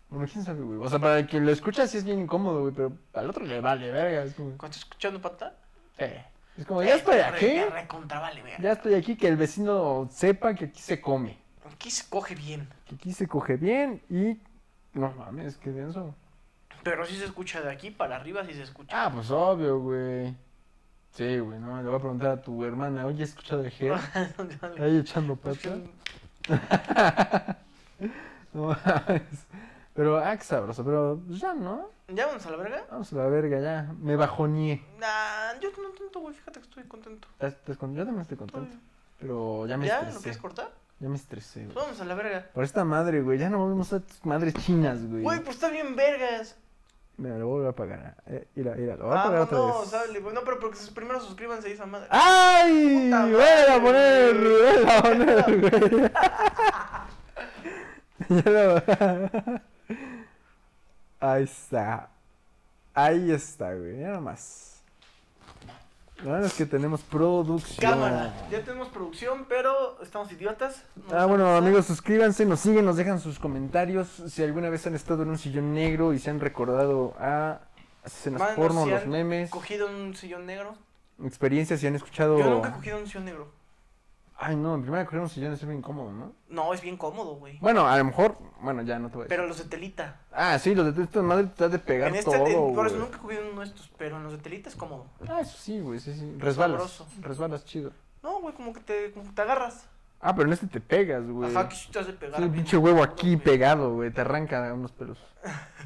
S5: Bueno, quién sabe, güey. O sea, para el que lo escucha sí es bien incómodo, güey. Pero al otro le vale, verga. Es como,
S4: Cuando estás escuchando pata,
S5: eh. Es como, ya estoy aquí.
S4: Re- recontra vale, vea.
S5: Ya estoy aquí. Que el vecino sepa que aquí se come.
S4: Aquí se coge bien.
S5: Que aquí se coge bien y. No mames, qué denso.
S4: Pero sí se escucha de aquí para arriba, sí se escucha.
S5: Ah, pues obvio, güey. Sí, güey, no, le voy a preguntar a tu hermana, oye, he escuchado
S4: [laughs]
S5: de Ger ahí echando
S4: Pues
S5: pata. No mames. Pero, ah, qué sabroso, pero pues, ya, ¿no?
S4: ¿Ya vamos a la verga?
S5: Vamos a la verga, ya. Me bajoneé.
S4: Nah, yo no tanto, güey. Fíjate que estoy contento.
S5: ¿Estás- estás con- Yo también estoy contento. Pero ya me
S4: ¿Ya? ¿Lo quieres
S5: estresé.
S4: cortar?
S5: Ya me estresé,
S4: Pues
S5: güey.
S4: vamos a la verga.
S5: Por esta madre, güey, ya no volvemos a tus madres chinas, güey.
S4: Güey, pues está bien, vergas.
S5: Mira, lo voy a apagar. Eh, mira, mira, lo voy a apagar
S4: Ah,
S5: otra
S4: no,
S5: vez. Ah,
S4: sale. güey. No, pero porque sus- primero suscríbanse a esa madre.
S5: ¡Ay!
S4: Puta
S5: Voy a
S4: madre,
S5: poner, voy a poner,
S4: [laughs]
S5: güey. [laughs] Ya lo- Ahí está. Ahí está, güey. Ya nomás. La verdad es que tenemos producción.
S4: Cámara, ya tenemos producción, pero estamos idiotas. No
S5: Ah, bueno,
S4: sé.
S5: amigos, suscríbanse, nos siguen, nos dejan sus comentarios. Si alguna vez han estado en un sillón negro y se han recordado a escenas
S4: Manos,
S5: porno,
S4: si
S5: los
S4: han
S5: memes,
S4: cogido un sillón negro.
S5: experiencias, si han escuchado.
S4: Yo nunca he cogido un sillón negro.
S5: Ay, no, en primera coger un sillón es bien incómodo, ¿no?
S4: No, es bien cómodo, güey.
S5: Bueno, a lo mejor, bueno, ya no te voy a decir.
S4: Pero los de telita.
S5: Ah, sí, los de esta madre te has de pegar
S4: En este,
S5: todo,
S4: en- por eso
S5: güey.
S4: nunca he cogido uno de estos, pero en los de telita es cómodo.
S5: Ah, eso sí, güey, sí, sí. Resbalas,
S4: Sabroso.
S5: resbalas chido.
S4: No, güey, como que te, como que te agarras.
S5: Ah, pero en este te pegas, güey.
S4: Ajá, que si te has de pegar.
S5: Sí, el
S4: amigo.
S5: pinche huevo aquí
S4: Güey.
S5: pegado, güey, te arranca unos pelos.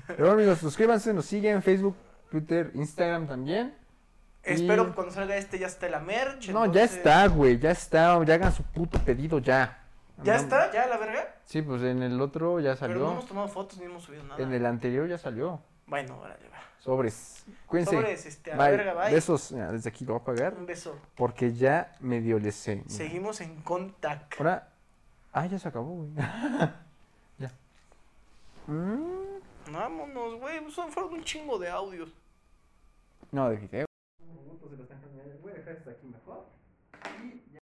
S5: Pero bueno, amigos, suscríbanse, nos siguen, Facebook, Twitter, Instagram también.
S4: Espero
S5: Y-
S4: que cuando salga este ya esté la merch.
S5: No, ya
S4: entonces-
S5: está, güey, ya está, ya hagan su puto pedido ya.
S4: ¿Ya
S5: Andam-
S4: está? ¿Ya la verga?
S5: Sí, pues en el otro ya
S4: Pero no
S5: salió,
S4: hemos tomado fotos ni hemos subido nada.
S5: en el anterior ya salió.
S4: Bueno, órale, va.
S1: Sobres. Cuídense.
S4: Sobres, este, a la
S1: bye.
S4: verga, bye.
S1: Besos. Mira, desde aquí lo voy a apagar
S4: Un beso.
S1: porque ya medio le sé. Mira.
S4: Seguimos en contact.
S1: Ahora. Ah, ya se acabó, güey. ya. Mm,
S4: Vámonos, güey. Son- Fueron un chingo de audios.
S1: No, de video.